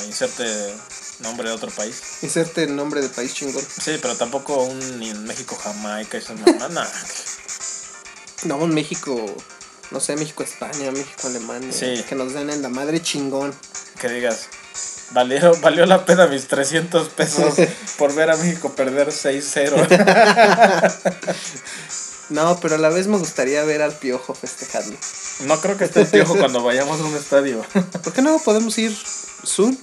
inserte nombre de otro país.
Inserte el nombre de país chingón.
Sí, pero tampoco un ni en México Jamaica y esas mamadas. nah.
No, un México, no sé, México España, México Alemania.
Sí.
Que nos den en la madre chingón.
Que digas, valió, valió la pena mis 300 pesos por ver a México perder 6-0.
No, pero a la vez me gustaría ver al piojo festejando.
No creo que esté el piojo cuando vayamos a un estadio.
¿Por qué no podemos ir Zoom?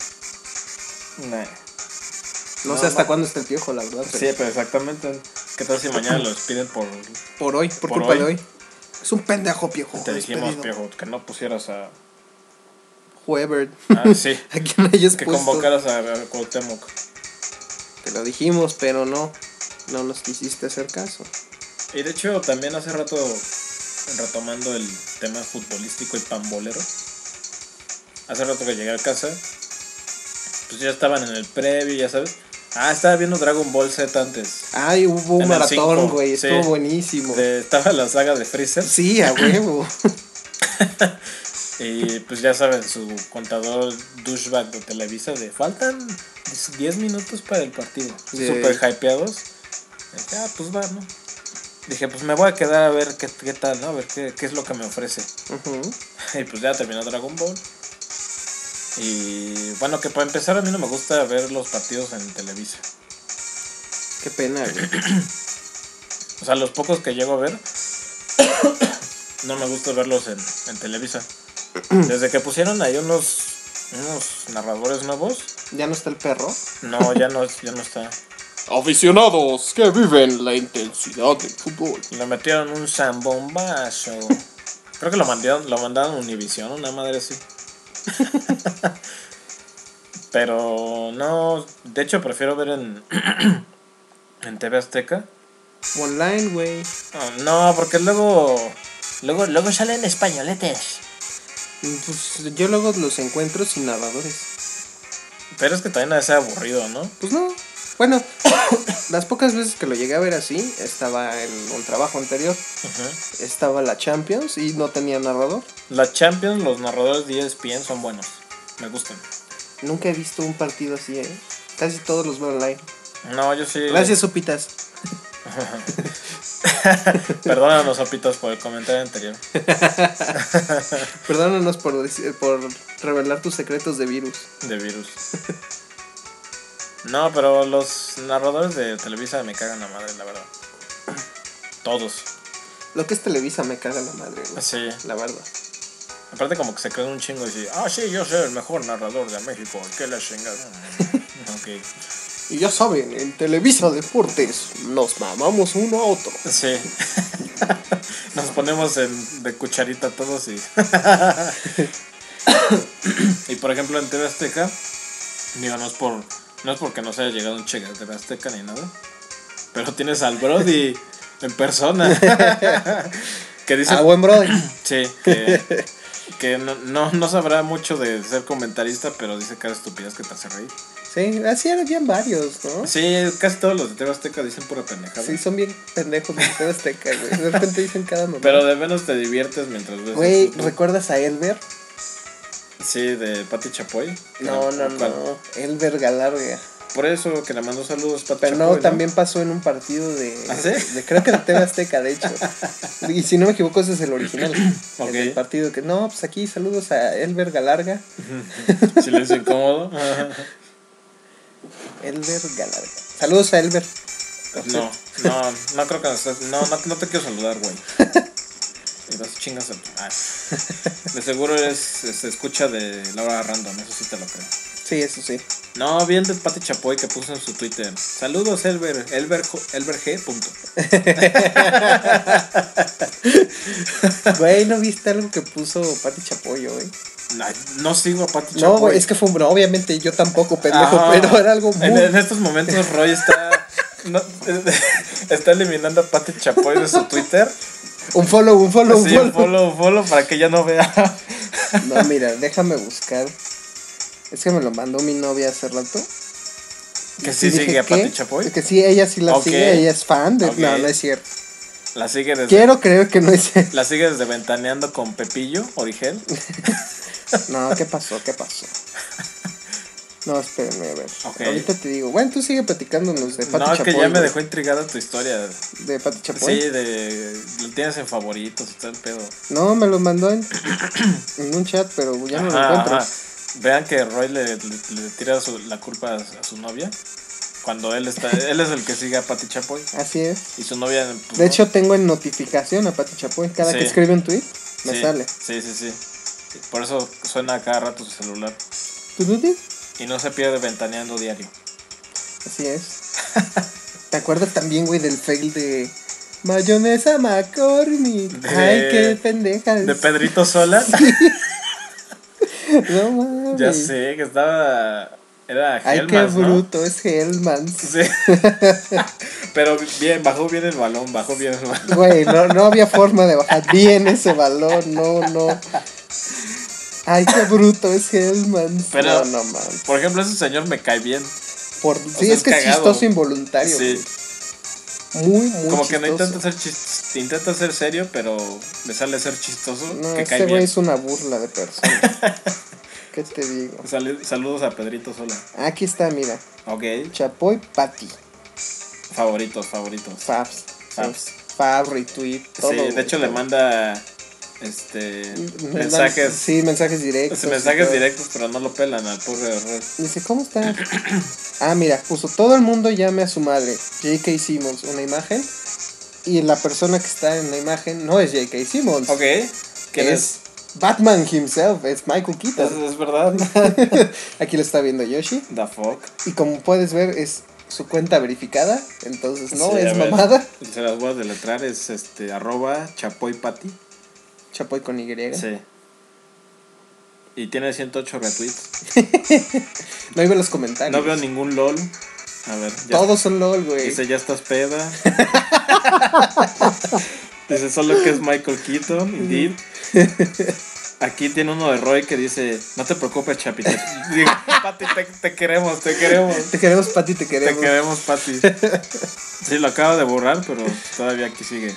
Nah.
No,
No,
sé hasta
ma-
cuándo está el piojo, la verdad.
Sí,
pero
pero exactamente. ¿Qué tal si mañana los piden por...
Por hoy, por,
Por
culpa
hoy.
de hoy. Es un pendejo piojo.
Te dijimos,
despedido.
piojo, que no pusieras a...
Whoever.
Ah, sí.
¿A quién hayas
Que
puesto?
convocaras a, a Cuauhtémoc.
Te lo dijimos, pero no. No nos quisiste hacer caso.
Y de hecho, también hace rato, retomando el tema futbolístico y pambolero, hace rato que llegué a casa, pues ya estaban en el previo, ya sabes. Ah, estaba viendo Dragon Ball Z antes.
Ay, hubo un
En el
maratón,
cinco,
güey.
sí.
Estuvo buenísimo.
De- estaba la saga de Freezer.
Sí, a huevo.
Y pues ya saben, su contador douchebag de Televisa de faltan 10 minutos para el partido.
Sí.
Súper hypeados. Dije, ah, pues va, ¿no? Dije, pues me voy a quedar a ver qué, qué tal, ¿no? A ver qué, qué es lo que me ofrece.
Ujú.
Y pues ya terminó Dragon Ball. Y bueno, que para empezar a mí no me gusta ver los partidos en Televisa.
Qué pena, güey.
O sea, los pocos que llego a ver, no me gusta verlos en, en Televisa. Desde que pusieron ahí unos, unos narradores nuevos,
Ya no está el perro.
no, ya no, ya no está.
Aficionados que viven la intensidad del fútbol.
Le metieron un zambombazo. Creo que lo mandaron, lo mandaron a Univision, una madre así. Pero no, de hecho prefiero ver en, en TV Azteca.
Online, güey.
Ah, No, porque luego, luego, luego salen españoletes.
Pues yo luego los encuentro sin nadadores.
Pero es que también a veces es aburrido, ¿no?
Pues no. Bueno, las pocas veces que lo llegué a ver así, estaba en un trabajo anterior, estaba la Champions y no tenía narrador.
La Champions, los narradores de E ESPN son buenos. Me gustan.
Nunca he visto un partido así, ¿eh? Casi todos los veo online.
No, yo sí.
Gracias, Sopitas.
Perdónanos, Sopitas, por el comentario anterior.
Perdónanos por, dec- por revelar tus secretos de virus.
De virus. No, pero los narradores de Televisa me cagan la madre, la verdad. Todos.
Lo que es Televisa me caga la madre, güey.
Sí.
La verdad.
Aparte como que se creen un chingo y dicen, ah, sí, yo soy el mejor narrador de México. ¿Qué la chingada? ok.
Y ya saben, en Televisa Deportes nos mamamos uno a otro.
Sí. Nos ponemos en- de cucharita todos y. y por ejemplo en TV Azteca, digo, no es por. No es porque nos haya llegado un cheque de TV Azteca ni nada. Pero tienes al Brody en persona. que dice.
Ah, buen brother.
Sí, que, que no, no, no sabrá mucho de ser comentarista, pero dice cada estupidez que te hace reír.
Sí, así eran varios, ¿no?
Sí, casi todos los de TV Azteca dicen pura pendejada.
Sí, son bien pendejos los de Azteca, güey. De repente dicen cada mamá.
Pero de menos te diviertes mientras ves. el
Güey,
fútbol.
¿recuerdas a Elber?
Sí, de Pati Chapoy.
No, no,
¿Cuál?
no. Elber Galarga.
Por eso que le mandó saludos Pati
Pero
Chapoy,
no, también pasó en un partido de.
¿Ah, sí?
de- creo que de TV Azteca, de hecho. Y si no me equivoco, ese es el original.
Ok.
El del partido que. No, pues aquí saludos a Elber Galarga.
Silencio incómodo.
Elber Galarga. Saludos a Elber.
no, no, no creo que nos estés- no, no, no te quiero saludar, güey. Y dos chingas a tu madre. De seguro es, se escucha de Laura Random, eso sí te lo creo.
Sí, eso sí.
No, bien de Pati Chapoy que puso en su Twitter. Saludos, Elber, Elber, jo- Elber G. Punto.
Güey, ¿no viste algo que puso Pati Chapoyo, güey?
No, no sigo a Pati Chapoy.
No, güey, es que fue. No, obviamente yo tampoco, pendejo,
Ajá.
pero era algo muy.
En, en estos momentos Roy está, no, está eliminando a Pati Chapoy de su Twitter.
Un follow, un follow, un
Sí,
follow.
follow, follow para que ya no vea.
No, mira, déjame buscar. Es que me lo mandó mi novia hace rato.
Que
Y
sí
dije,
sigue a
¿qué?
Pati Chapoy.
Que sí, ella sí la
Ok.
sigue, ella es fan de.
Ok. Pues
No, no es cierto.
La sigue desde,
Quiero creer que no es cierto.
la sigue desde ventaneando con Pepillo, Origel.
No, ¿qué pasó? ¿Qué pasó? No, espérenme, a ver.
Ok.
Ahorita te digo. Bueno, tú sigue platicándonos de Pati
No, es que
Chapoy,
ya me
güey.
dejó intrigada tu historia.
De Pati Chapoy.
Sí, de. Lo tienes en favoritos y todo el pedo.
No, me lo mandó en, en un chat, pero ya no lo
Ajá,
encuentro.
ajá. Vean que Roy le, le- le tira su- la culpa a, su- a su novia. Cuando él está. él es el que sigue a Pati Chapoy.
Así es.
Y su novia. pues,
De
no.
hecho, tengo en notificación a Pati Chapoy. Cada
Sí.
que escribe un tweet, me
sí,
sale.
Sí, sí, sí. Por eso suena cada rato su celular.
Tudutit.
Y no se pierde ventaneando diario.
Así es. ¿Te acuerdas también, güey, del fail de Mayonesa McCormick?
De-
Ay, qué pendeja.
De Pedrito Sola.
No mames.
ya sé, que estaba. Era
Ay,
Helmans,
qué
¿no?
bruto, es Hellmans.
Sí. Pero bien, bajó bien el balón, bajó bien el balón.
Güey, no, no había forma de bajar bien ese balón, no, no. Ay, qué bruto es Hellmans.
Pero-
No, no mames.
Por ejemplo, ese señor me cae bien.
Por... Sí,
sea,
es
es
que es
cagado.
chistoso involuntario.
Sí.
güey. Muy, muy
Como que no
chistoso.
intenta ser chis- intenta ser serio, pero me sale ser chistoso.
No,
que cae
este
bien.
güey es una burla de persona. ¿Qué te digo?
Sal- Saludos a Pedrito Sola.
Aquí está, mira.
Ok.
Chapoy Pati.
Favoritos, favoritos.
Fabs.
Fabs.
Fabs. pues, Fab, retweet,
Ah.
todo.
sí, de
güey.
hecho le manda este
Me dan-
mensajes.
Sí, mensajes directos.
Sí, mensajes
y todo.
directos, pero no lo pelan al pobre Red.
Dice, ¿cómo está? ah, mira, puso todo el mundo llame a su madre. J.K. Simmons, una imagen. Y la persona que está en la imagen no es J.K. Simmons.
Ok, ¿quién es?
es? Batman himself, es Michael
¿Es,
Keaton.
es verdad?
Aquí lo está viendo Yoshi.
The fuck.
Y como puedes ver, es su cuenta verificada. Entonces, no
Sí, a
es
ver,
mamada.
Se las voy a deletrar, es este, arroba chapoypati.
Chapoy con Y.
Sí. Y tiene 108 retweets.
No iba los comentarios.
No veo ningún LOL. A ver, ya.
Todos son LOL, güey.
Dice, ya estás peda. dice, solo que es Michael Keaton, indeed. Aquí tiene uno de Roy que dice, no te preocupes, Chapita. Digo, Pati, te, te queremos, te queremos.
Te queremos, Pati, te
Te
queremos.
queremos, Pati. Sí, lo acabo de borrar, pero todavía aquí sigue.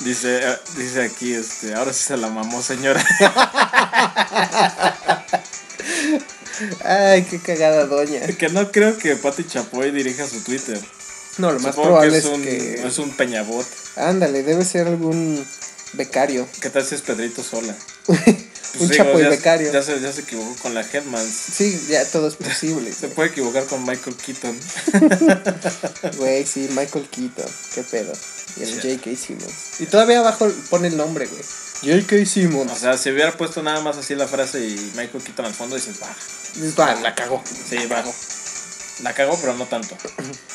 Dice, eh, dice aquí, este, ahora sí se la mamó, señora.
Ay, qué cagada doña.
Que no creo que Pati Chapoy dirija su Twitter.
No, lo más
Supongo
probable
que
es,
es un,
que...
es un peñabot.
Ándale, debe ser algún becario.
¿Qué tal si es Pedrito Sola? Pues
un
digo,
chapoy
ya-
becario.
Ya se, ya se equivocó con la Headmans.
Sí, ya todo es posible.
Se puede equivocar con Michael Keaton.
Güey, sí, Michael Keaton, qué pedo. Y el
Sí.
J.K. Simmons. Y todavía abajo pone el nombre, güey. J.K.
O
Simmons.
sea, si hubiera puesto nada más así la frase y Michael Keaton al fondo, dices, baja.
Va, la cagó.
Sí, bajo. La cagó, pero no tanto.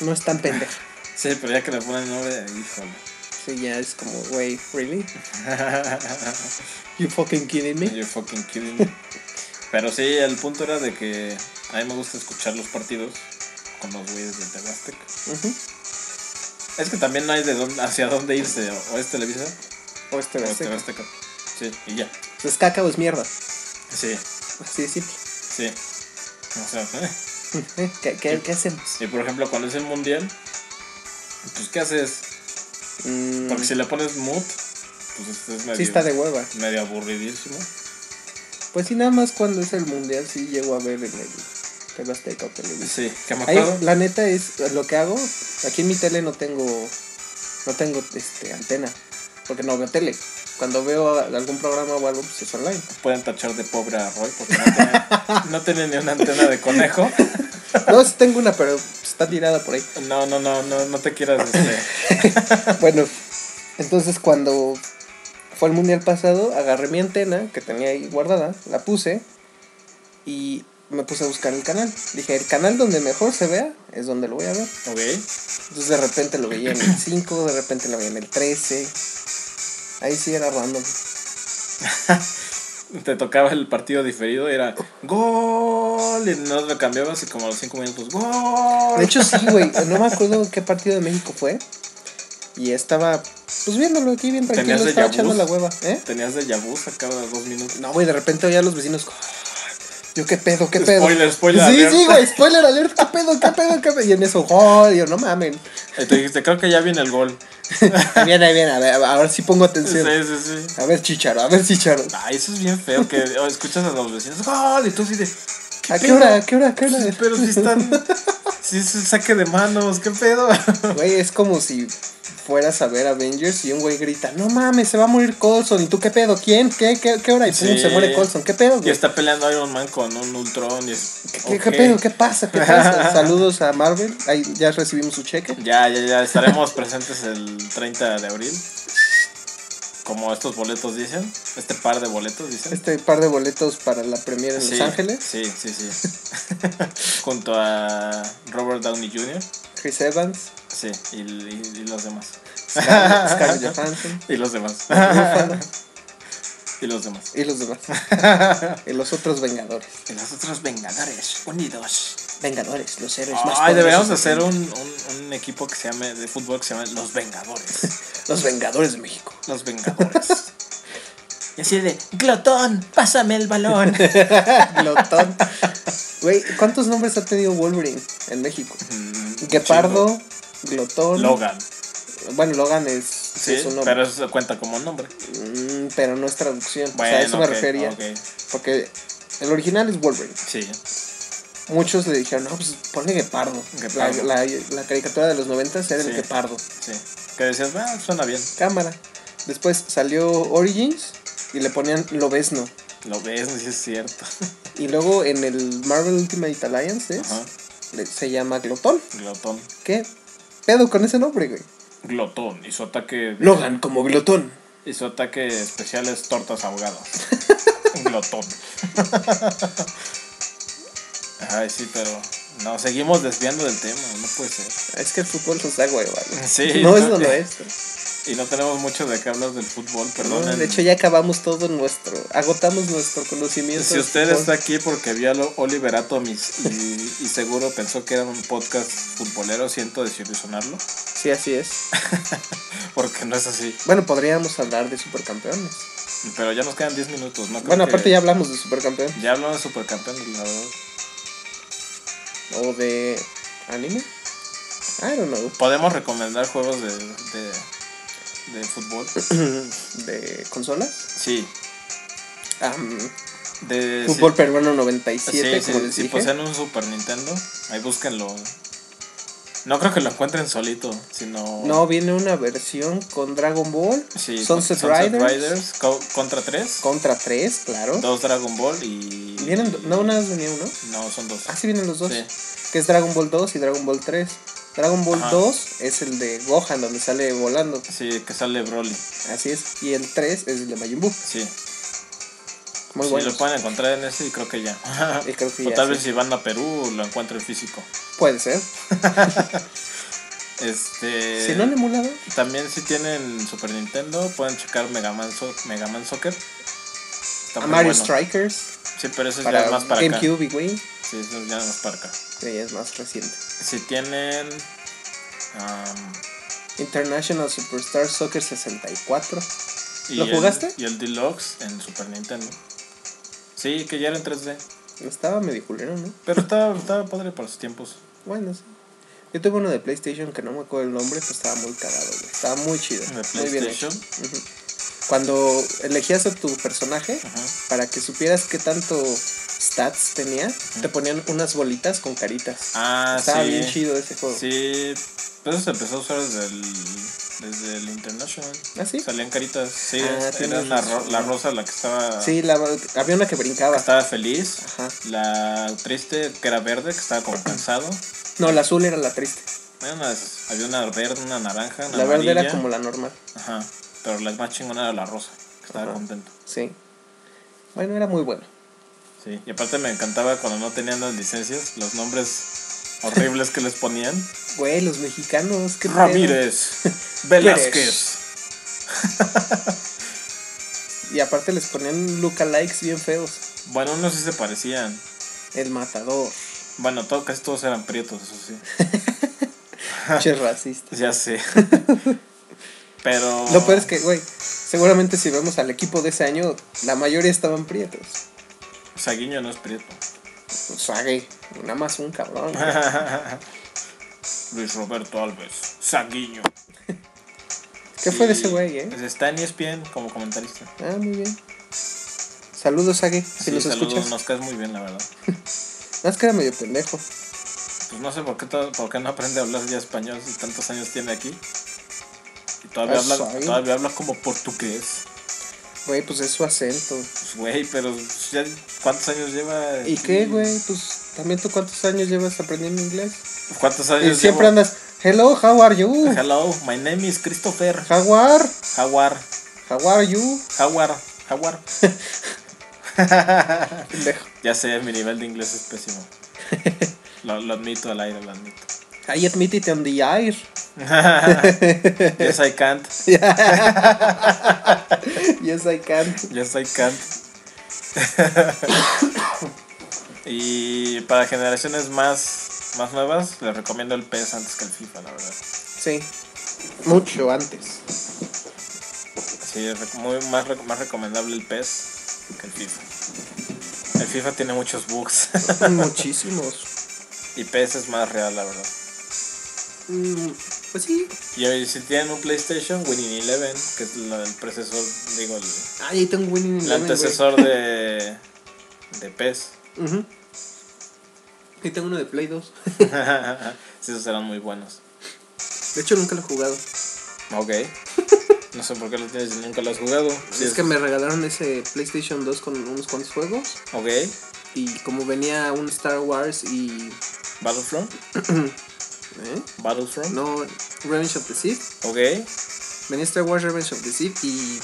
No es tan pendeja.
Sí, pero ya que le ponen el nombre, híjole.
Sí, ya es como, güey, ¿really? You fucking kidding me?
You're fucking kidding me. Pero sí, el punto era de que a mí me gusta escuchar los partidos con los güeyes de Tehuastec.
Ujú.
Es que también no hay de dónde, hacia dónde irse. O es Televisa
O este
o es
este.
Tehuastec. Sí, y ya.
Es caca o es mierda.
Sí,
Así de simple.
sí. O sea,
¿Eh? ¿Qué, qué, qué hacemos?
y por ejemplo, cuando es el mundial, pues ¿qué haces?
Mm,
Porque si le pones mute, pues esto es medio,
sí está de Mm. hueva.
medio aburridísimo.
Pues sí, nada más cuando es el mundial sí llego a ver en el TV Azteca o Televisa.
Sí, que me
Ahí,
acuerdo.
la neta es lo que hago. Aquí en mi tele no tengo no tengo este antena porque no veo tele. Cuando veo a- algún programa o algo pues es online.
Pueden tachar de pobre a Roy porque no tiene, no tiene ni una antena de conejo.
No, sí tengo una, pero está tirada por ahí.
No, no, no, no, no te quieras. Este,
Bueno, entonces cuando fue el mundial pasado, agarré mi antena que tenía ahí guardada, la puse y me puse a buscar el canal. Dije, el canal donde mejor se vea es donde lo voy a ver.
ok.
Entonces de repente lo veía en el 5, de repente lo veía en el 13. Ahí sí era random.
Te tocaba el partido diferido y era gol. Y no lo cambiabas y como a los 5 minutos, gol.
De hecho sí, güey. No me acuerdo qué partido de México fue. Y estaba pues viéndolo aquí bien tranquilo,
¿Tenías
estaba
déjà vu?
echando la hueva, ¿eh?
tenías de vu a cada dos minutos.
No, güey, de repente oía a los vecinos. Yo qué pedo, qué pedo.
Spoiler, spoiler
Sí,
alert.
sí, güey, spoiler alert, qué pedo, qué pedo, qué pedo. Y en eso, oh, yo no mamen.
Y Eh, te dijiste, creo que ya viene el gol.
Ahí Viene, ahí viene, a ver, ahora sí pongo
Sí,
atención.
sí, sí.
A ver, chicharo, a ver, chicharo.
Ay, eso es bien feo que o escuchas a los vecinos, gol. Y tú así de,
¿A qué
pedo?
hora, a qué hora, a qué hora?
"Sí, pero si están. Si es el saque de manos, qué pedo.
Güey, es como si fueras a ver Avengers y un güey grita, no mames, se va a morir Colson. ¿Y tú qué pedo? ¿Quién? ¿Qué, qué, qué hora? Y pum,
Sí.
se muere Colson. ¿Qué pedo,
Y
güey?
está peleando Iron Man con un Ultron. Y es,
¿Qué,
ok.
qué pedo? ¿Qué pasa? ¿Qué pasa? Saludos a Marvel. Ahí ya recibimos su cheque.
Ya, ya, ya. Estaremos presentes el 30 de abril. Como estos boletos dicen. Este par de boletos dicen.
Este par de boletos para la premiere en
Sí,
Los Ángeles.
Sí, sí, sí. Junto a Robert Downey Jr.
Chris Evans,
Sí, y, y- y los demás.
Scarlett, Scarlett Johansson,
Y los demás. y los demás.
y los demás. y los otros Vengadores.
Y los otros Vengadores Unidos.
Vengadores, los héroes más
Ay, deberíamos
poderosos
hacer
del
un, un, un equipo que se llame de fútbol que se llame Los Vengadores.
mundo. Los Vengadores de México.
Los Vengadores. Y así de, glotón, pásame el balón.
Glotón. Güey, ¿cuántos nombres ha tenido Wolverine en México?
Mm,
Guepardo, Glotón.
chingo. Logan.
Bueno, Logan es,
Sí,
es un nombre.
pero
Mm,
eso cuenta como nombre.
Pero, no es traducción. o sea, a
Bueno,
eso
ok,
me refería.
ok.
Porque el original es Wolverine.
Sí.
Muchos le dijeron, no, pues ponle Guepardo.
Guepardo.
La, la- la caricatura de los 90 era
Sí.
el Guepardo.
Sí. Que decías, ah, suena bien.
Cámara. Después salió Origins y le ponían Lobezno.
Lo ves, no sí es cierto.
Y luego en el Marvel Ultimate Alliance es-
Ajá.
le- se llama Glotón.
Glotón.
¿Qué pedo con ese nombre, güey?
Glotón. Y su ataque.
Logan como Glotón.
Y su ataque especial es tortas ahogadas. Glotón. Ay, sí, pero. No, seguimos desviando del tema, no puede ser.
Es que el fútbol nos da hueva, güey.
Sí,
no,
no,
eso no
que-
es.
Y no tenemos mucho de qué hablar del fútbol, perdón.
No, de hecho, ya acabamos todo nuestro. Agotamos nuestro conocimiento.
Si
del
usted
fútbol.
está aquí porque vio a lo- Oliver Atomis y, y seguro pensó que era un podcast futbolero, siento desilusionarlo,
Sí, así es.
porque no es así.
Bueno, podríamos hablar de supercampeones.
Pero ya nos quedan 10 minutos, ¿no? Creo
bueno,
que-
aparte ya hablamos de supercampeón.
Ya hablamos de supercampeón, la verdad.
O de. ¿Anime? I don't know.
Podemos recomendar juegos de, de, de fútbol.
¿De consolas?
Sí.
Am,
De,
Fútbol
si-
peruano 97,
sí,
como
sí, pues, eh,
les
si
dije.
poseen un Super Nintendo, ahí búsquenlo. No creo que lo encuentren solito, sino.
No, viene una versión con Dragon Ball,
sí, con-
Sunset, Riders,
co- contra 3,
Contra 3, claro.
dos Dragon Ball y.
Vienen, do- no, una vez venía uno.
No, son dos.
Ah, sí vienen los dos.
Sí.
Que es Dragon Ball 2 y Dragon Ball 3. Dragon Ball
Ajá.
2 es el de Gohan, donde sale volando.
Sí, que sale Broly.
Así es. Y el 3 es el de Majin Buu.
Sí.
Muy
Sí,
bueno.
lo pueden encontrar en ese y creo que ya.
Y creo que
o
ya
tal
sí.
vez si van a Perú lo encuentren físico.
Puede ser.
Este.
si no, el emulador.
También si tienen Super Nintendo pueden checar Mega Man, So- Mega Man Soccer. Está
A
muy
Mario
bueno.
Strikers.
Sí, pero eso ya
para
es más para acá.
GameCube y Wii.
Sí, eso ya es más para acá.
que ya es más reciente.
Si tienen. am,
International Superstar Soccer 64.
y
¿Lo
el-
jugaste?
y el Deluxe en Super Nintendo. Sí, que ya era en 3D.
Estaba medio culero, ¿no?
Pero estaba, estaba padre para sus tiempos.
Bueno, sí. Yo tuve uno de PlayStation que no me acuerdo el nombre, pero estaba muy cagado, güey. Estaba muy chido.
De
Muy bien hecho.
PlayStation.
Ujú. Cuando elegías a tu personaje,
Ajá.
para que supieras qué tanto stats tenía, te ponían unas bolitas con caritas.
Ah,
estaba
sí.
bien chido ese juego.
Sí, pero eso se empezó a usar desde el, desde el International.
¿Ah, sí?
Salían caritas. Sí,
Ah,
era
tienes
la, ro-
razón.
la rosa la que estaba,
Sí, la- había una que brincaba.
estaba feliz.
Ajá.
La triste, que era verde, que estaba como cansado.
No, la azul era la triste.
Había una, había una verde, una naranja, una
la verde
amarilla.
era como la normal.
Ajá, pero la más chingona era la rosa, que estaba
Ajá.
contento.
Sí. Bueno, era muy bueno.
Sí, y aparte me encantaba cuando no tenían las licencias, los nombres horribles que les ponían.
Güey, los mexicanos. qué pedo.
Ah, Ramírez, Velázquez.
Y aparte les ponían lookalikes bien feos.
Bueno, unos sí se parecían.
El matador.
Bueno, todo, casi todos eran prietos, eso sí.
Che racista.
Ya sé. Pero.
Lo peor es que, güey, seguramente si vemos al equipo de ese año, la mayoría estaban prietos.
Saguiño no es prieto.
Pues sague, nada más un cabrón. güey.
Luis Roberto Alves, Saguiño.
¿Qué fue de ese güey, eh?
Pues está en ESPN como comentarista.
Ah, muy bien. Saludos, Sage, si
Sí,
nos
saludos,
escuchas.
nos caes muy bien, la verdad.
Nada más que era medio pendejo.
Pues no sé por qué, to- por qué no aprende a hablar ya español si tantos años tiene aquí. Y todavía,
Ah,
habla,
sabe.
todavía habla como portugués.
Güey, pues es su acento.
Pues, güey, pero ya ¿cuántos años lleva? Mm,
¿Y qué, güey? Pues también tú cuántos años llevas aprendiendo inglés.
¿Cuántos
Y
años
siempre
llevo?
andas, hello, how are you?
Hello, my name is Christopher.
How are?
Jaguar,
How are you?
jaguar, jaguar.
Ah, Pendejo.
Ya sé, mi nivel de inglés es pésimo. Lo, lo admito al aire, lo admito.
I admit it on the air.
Yes, I can't.
Yes, I can.
Yes, I can't. y para generaciones más, más nuevas, les recomiendo el PES antes que el FIFA, la verdad.
Sí. Mucho antes.
Sí, es rec- muy, más, rec- más recomendable el PES que el FIFA. El FIFA tiene muchos bugs
Muchísimos.
y PES es más real, la verdad.
Mm, pues sí.
Y ahí, si tienen un PlayStation, Winning Eleven, que es la- el predecesor, digo, el,
Ah, Ahí tengo Winning
el
Eleven, güey.
antecesor de, de PES.
Ujú. Ahí tengo uno de Play 2.
Sí, esos eran muy buenos.
De hecho, nunca lo he jugado.
Ok. No sé por qué lo tienes y nunca lo has jugado. Sí,
es que me regalaron ese PlayStation 2 con unos cuantos juegos.
Ok.
Y como venía un Star Wars y.
Battlefront.
¿eh?
Battlefront.
No, Revenge of the Sith.
Ok.
Venía Star Wars Revenge of the Sith y.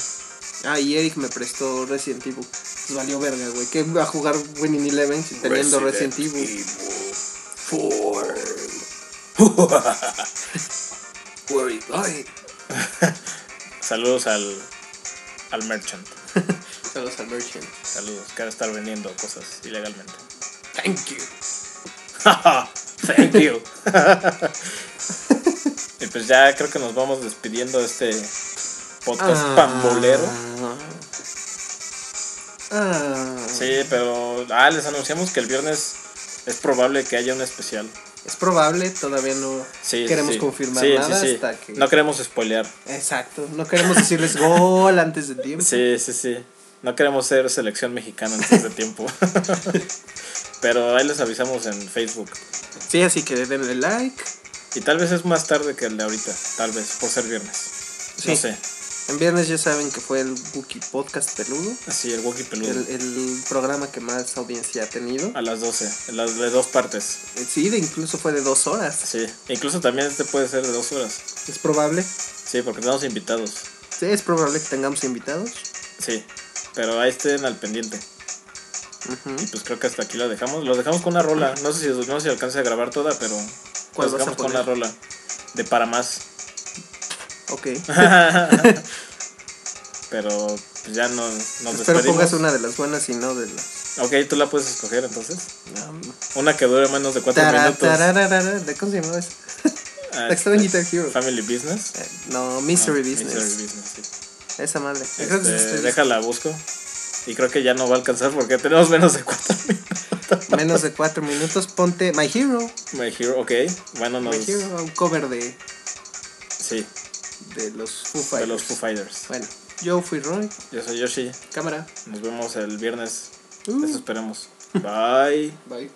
Ah, y Eric me prestó Resident Evil. Pues valió verga, güey. ¿Qué va a jugar Winning Eleven si teniendo Resident, Evil? Where it- Ay,
Saludos al, al merchant.
saludos al merchant.
Saludos, que ahora estar vendiendo cosas ilegalmente.
Thank you.
Thank you. y pues ya creo que nos vamos despidiendo de este podcast pambolero.
Ah.
Sí, pero. Ah, les anunciamos que el viernes es probable que haya un especial.
Es probable, todavía no
Sí, sí,
queremos
sí.
confirmar
Sí, sí,
nada
sí.
hasta que.
No queremos spoilear.
Exacto, no queremos decirles gol antes de tiempo.
Sí, sí, sí. No queremos ser selección mexicana en este tiempo. Pero ahí les avisamos en Facebook.
Sí, así que denle like.
Y tal vez es más tarde que el de ahorita. Tal vez, por ser viernes.
Sí.
No sé.
En viernes ya saben que fue el Wookiee Podcast Peludo.
Así, el Wookiee Peludo.
El, eh. el programa que más audiencia ha tenido.
A las 12. Las de dos partes.
Eh, Sí, de incluso fue de dos horas.
Sí. Incluso también este puede ser de dos horas.
Es probable.
Sí, porque tenemos invitados.
Sí, es probable que tengamos invitados.
Sí. Pero ahí estén al pendiente.
Ujú.
Pues creo que hasta aquí lo dejamos. Lo dejamos con una rola. No sé si, no sé si alcance a grabar toda, pero.
¿Cuál
lo
vas a
dejamos con una
poner?
rola. De para más.
Ok.
pero pues ya no, nos
Espero
despedimos.
pongas una de las buenas y no de las.
Ok, tú la puedes escoger entonces.
Um,
Una que dure menos de cuatro
tara,
minutos.
tararara, ¿de ¿Cómo se llamaba esa?
Ah,
La que estaba en
este,
Guitar Hero.
Family Business.
Eh, No, Mystery
Ah,
Business.
Mystery Business, sí.
Esa madre. Yo creo que sí
Este,
estoy-
déjala, busco. Y creo que ya no va a alcanzar porque tenemos menos de cuatro minutos.
Menos de cuatro minutos. Ponte My Hero.
My Hero, ok. Bueno, nos.
My Hero, un cover de,
Sí,
de los Foo Fighters.
de los Foo Fighters.
Bueno, yo fui Roy.
Yo soy Yoshi.
Cámara.
Nos vemos el viernes.
Uh.
Eso esperemos. Bye.
Bye.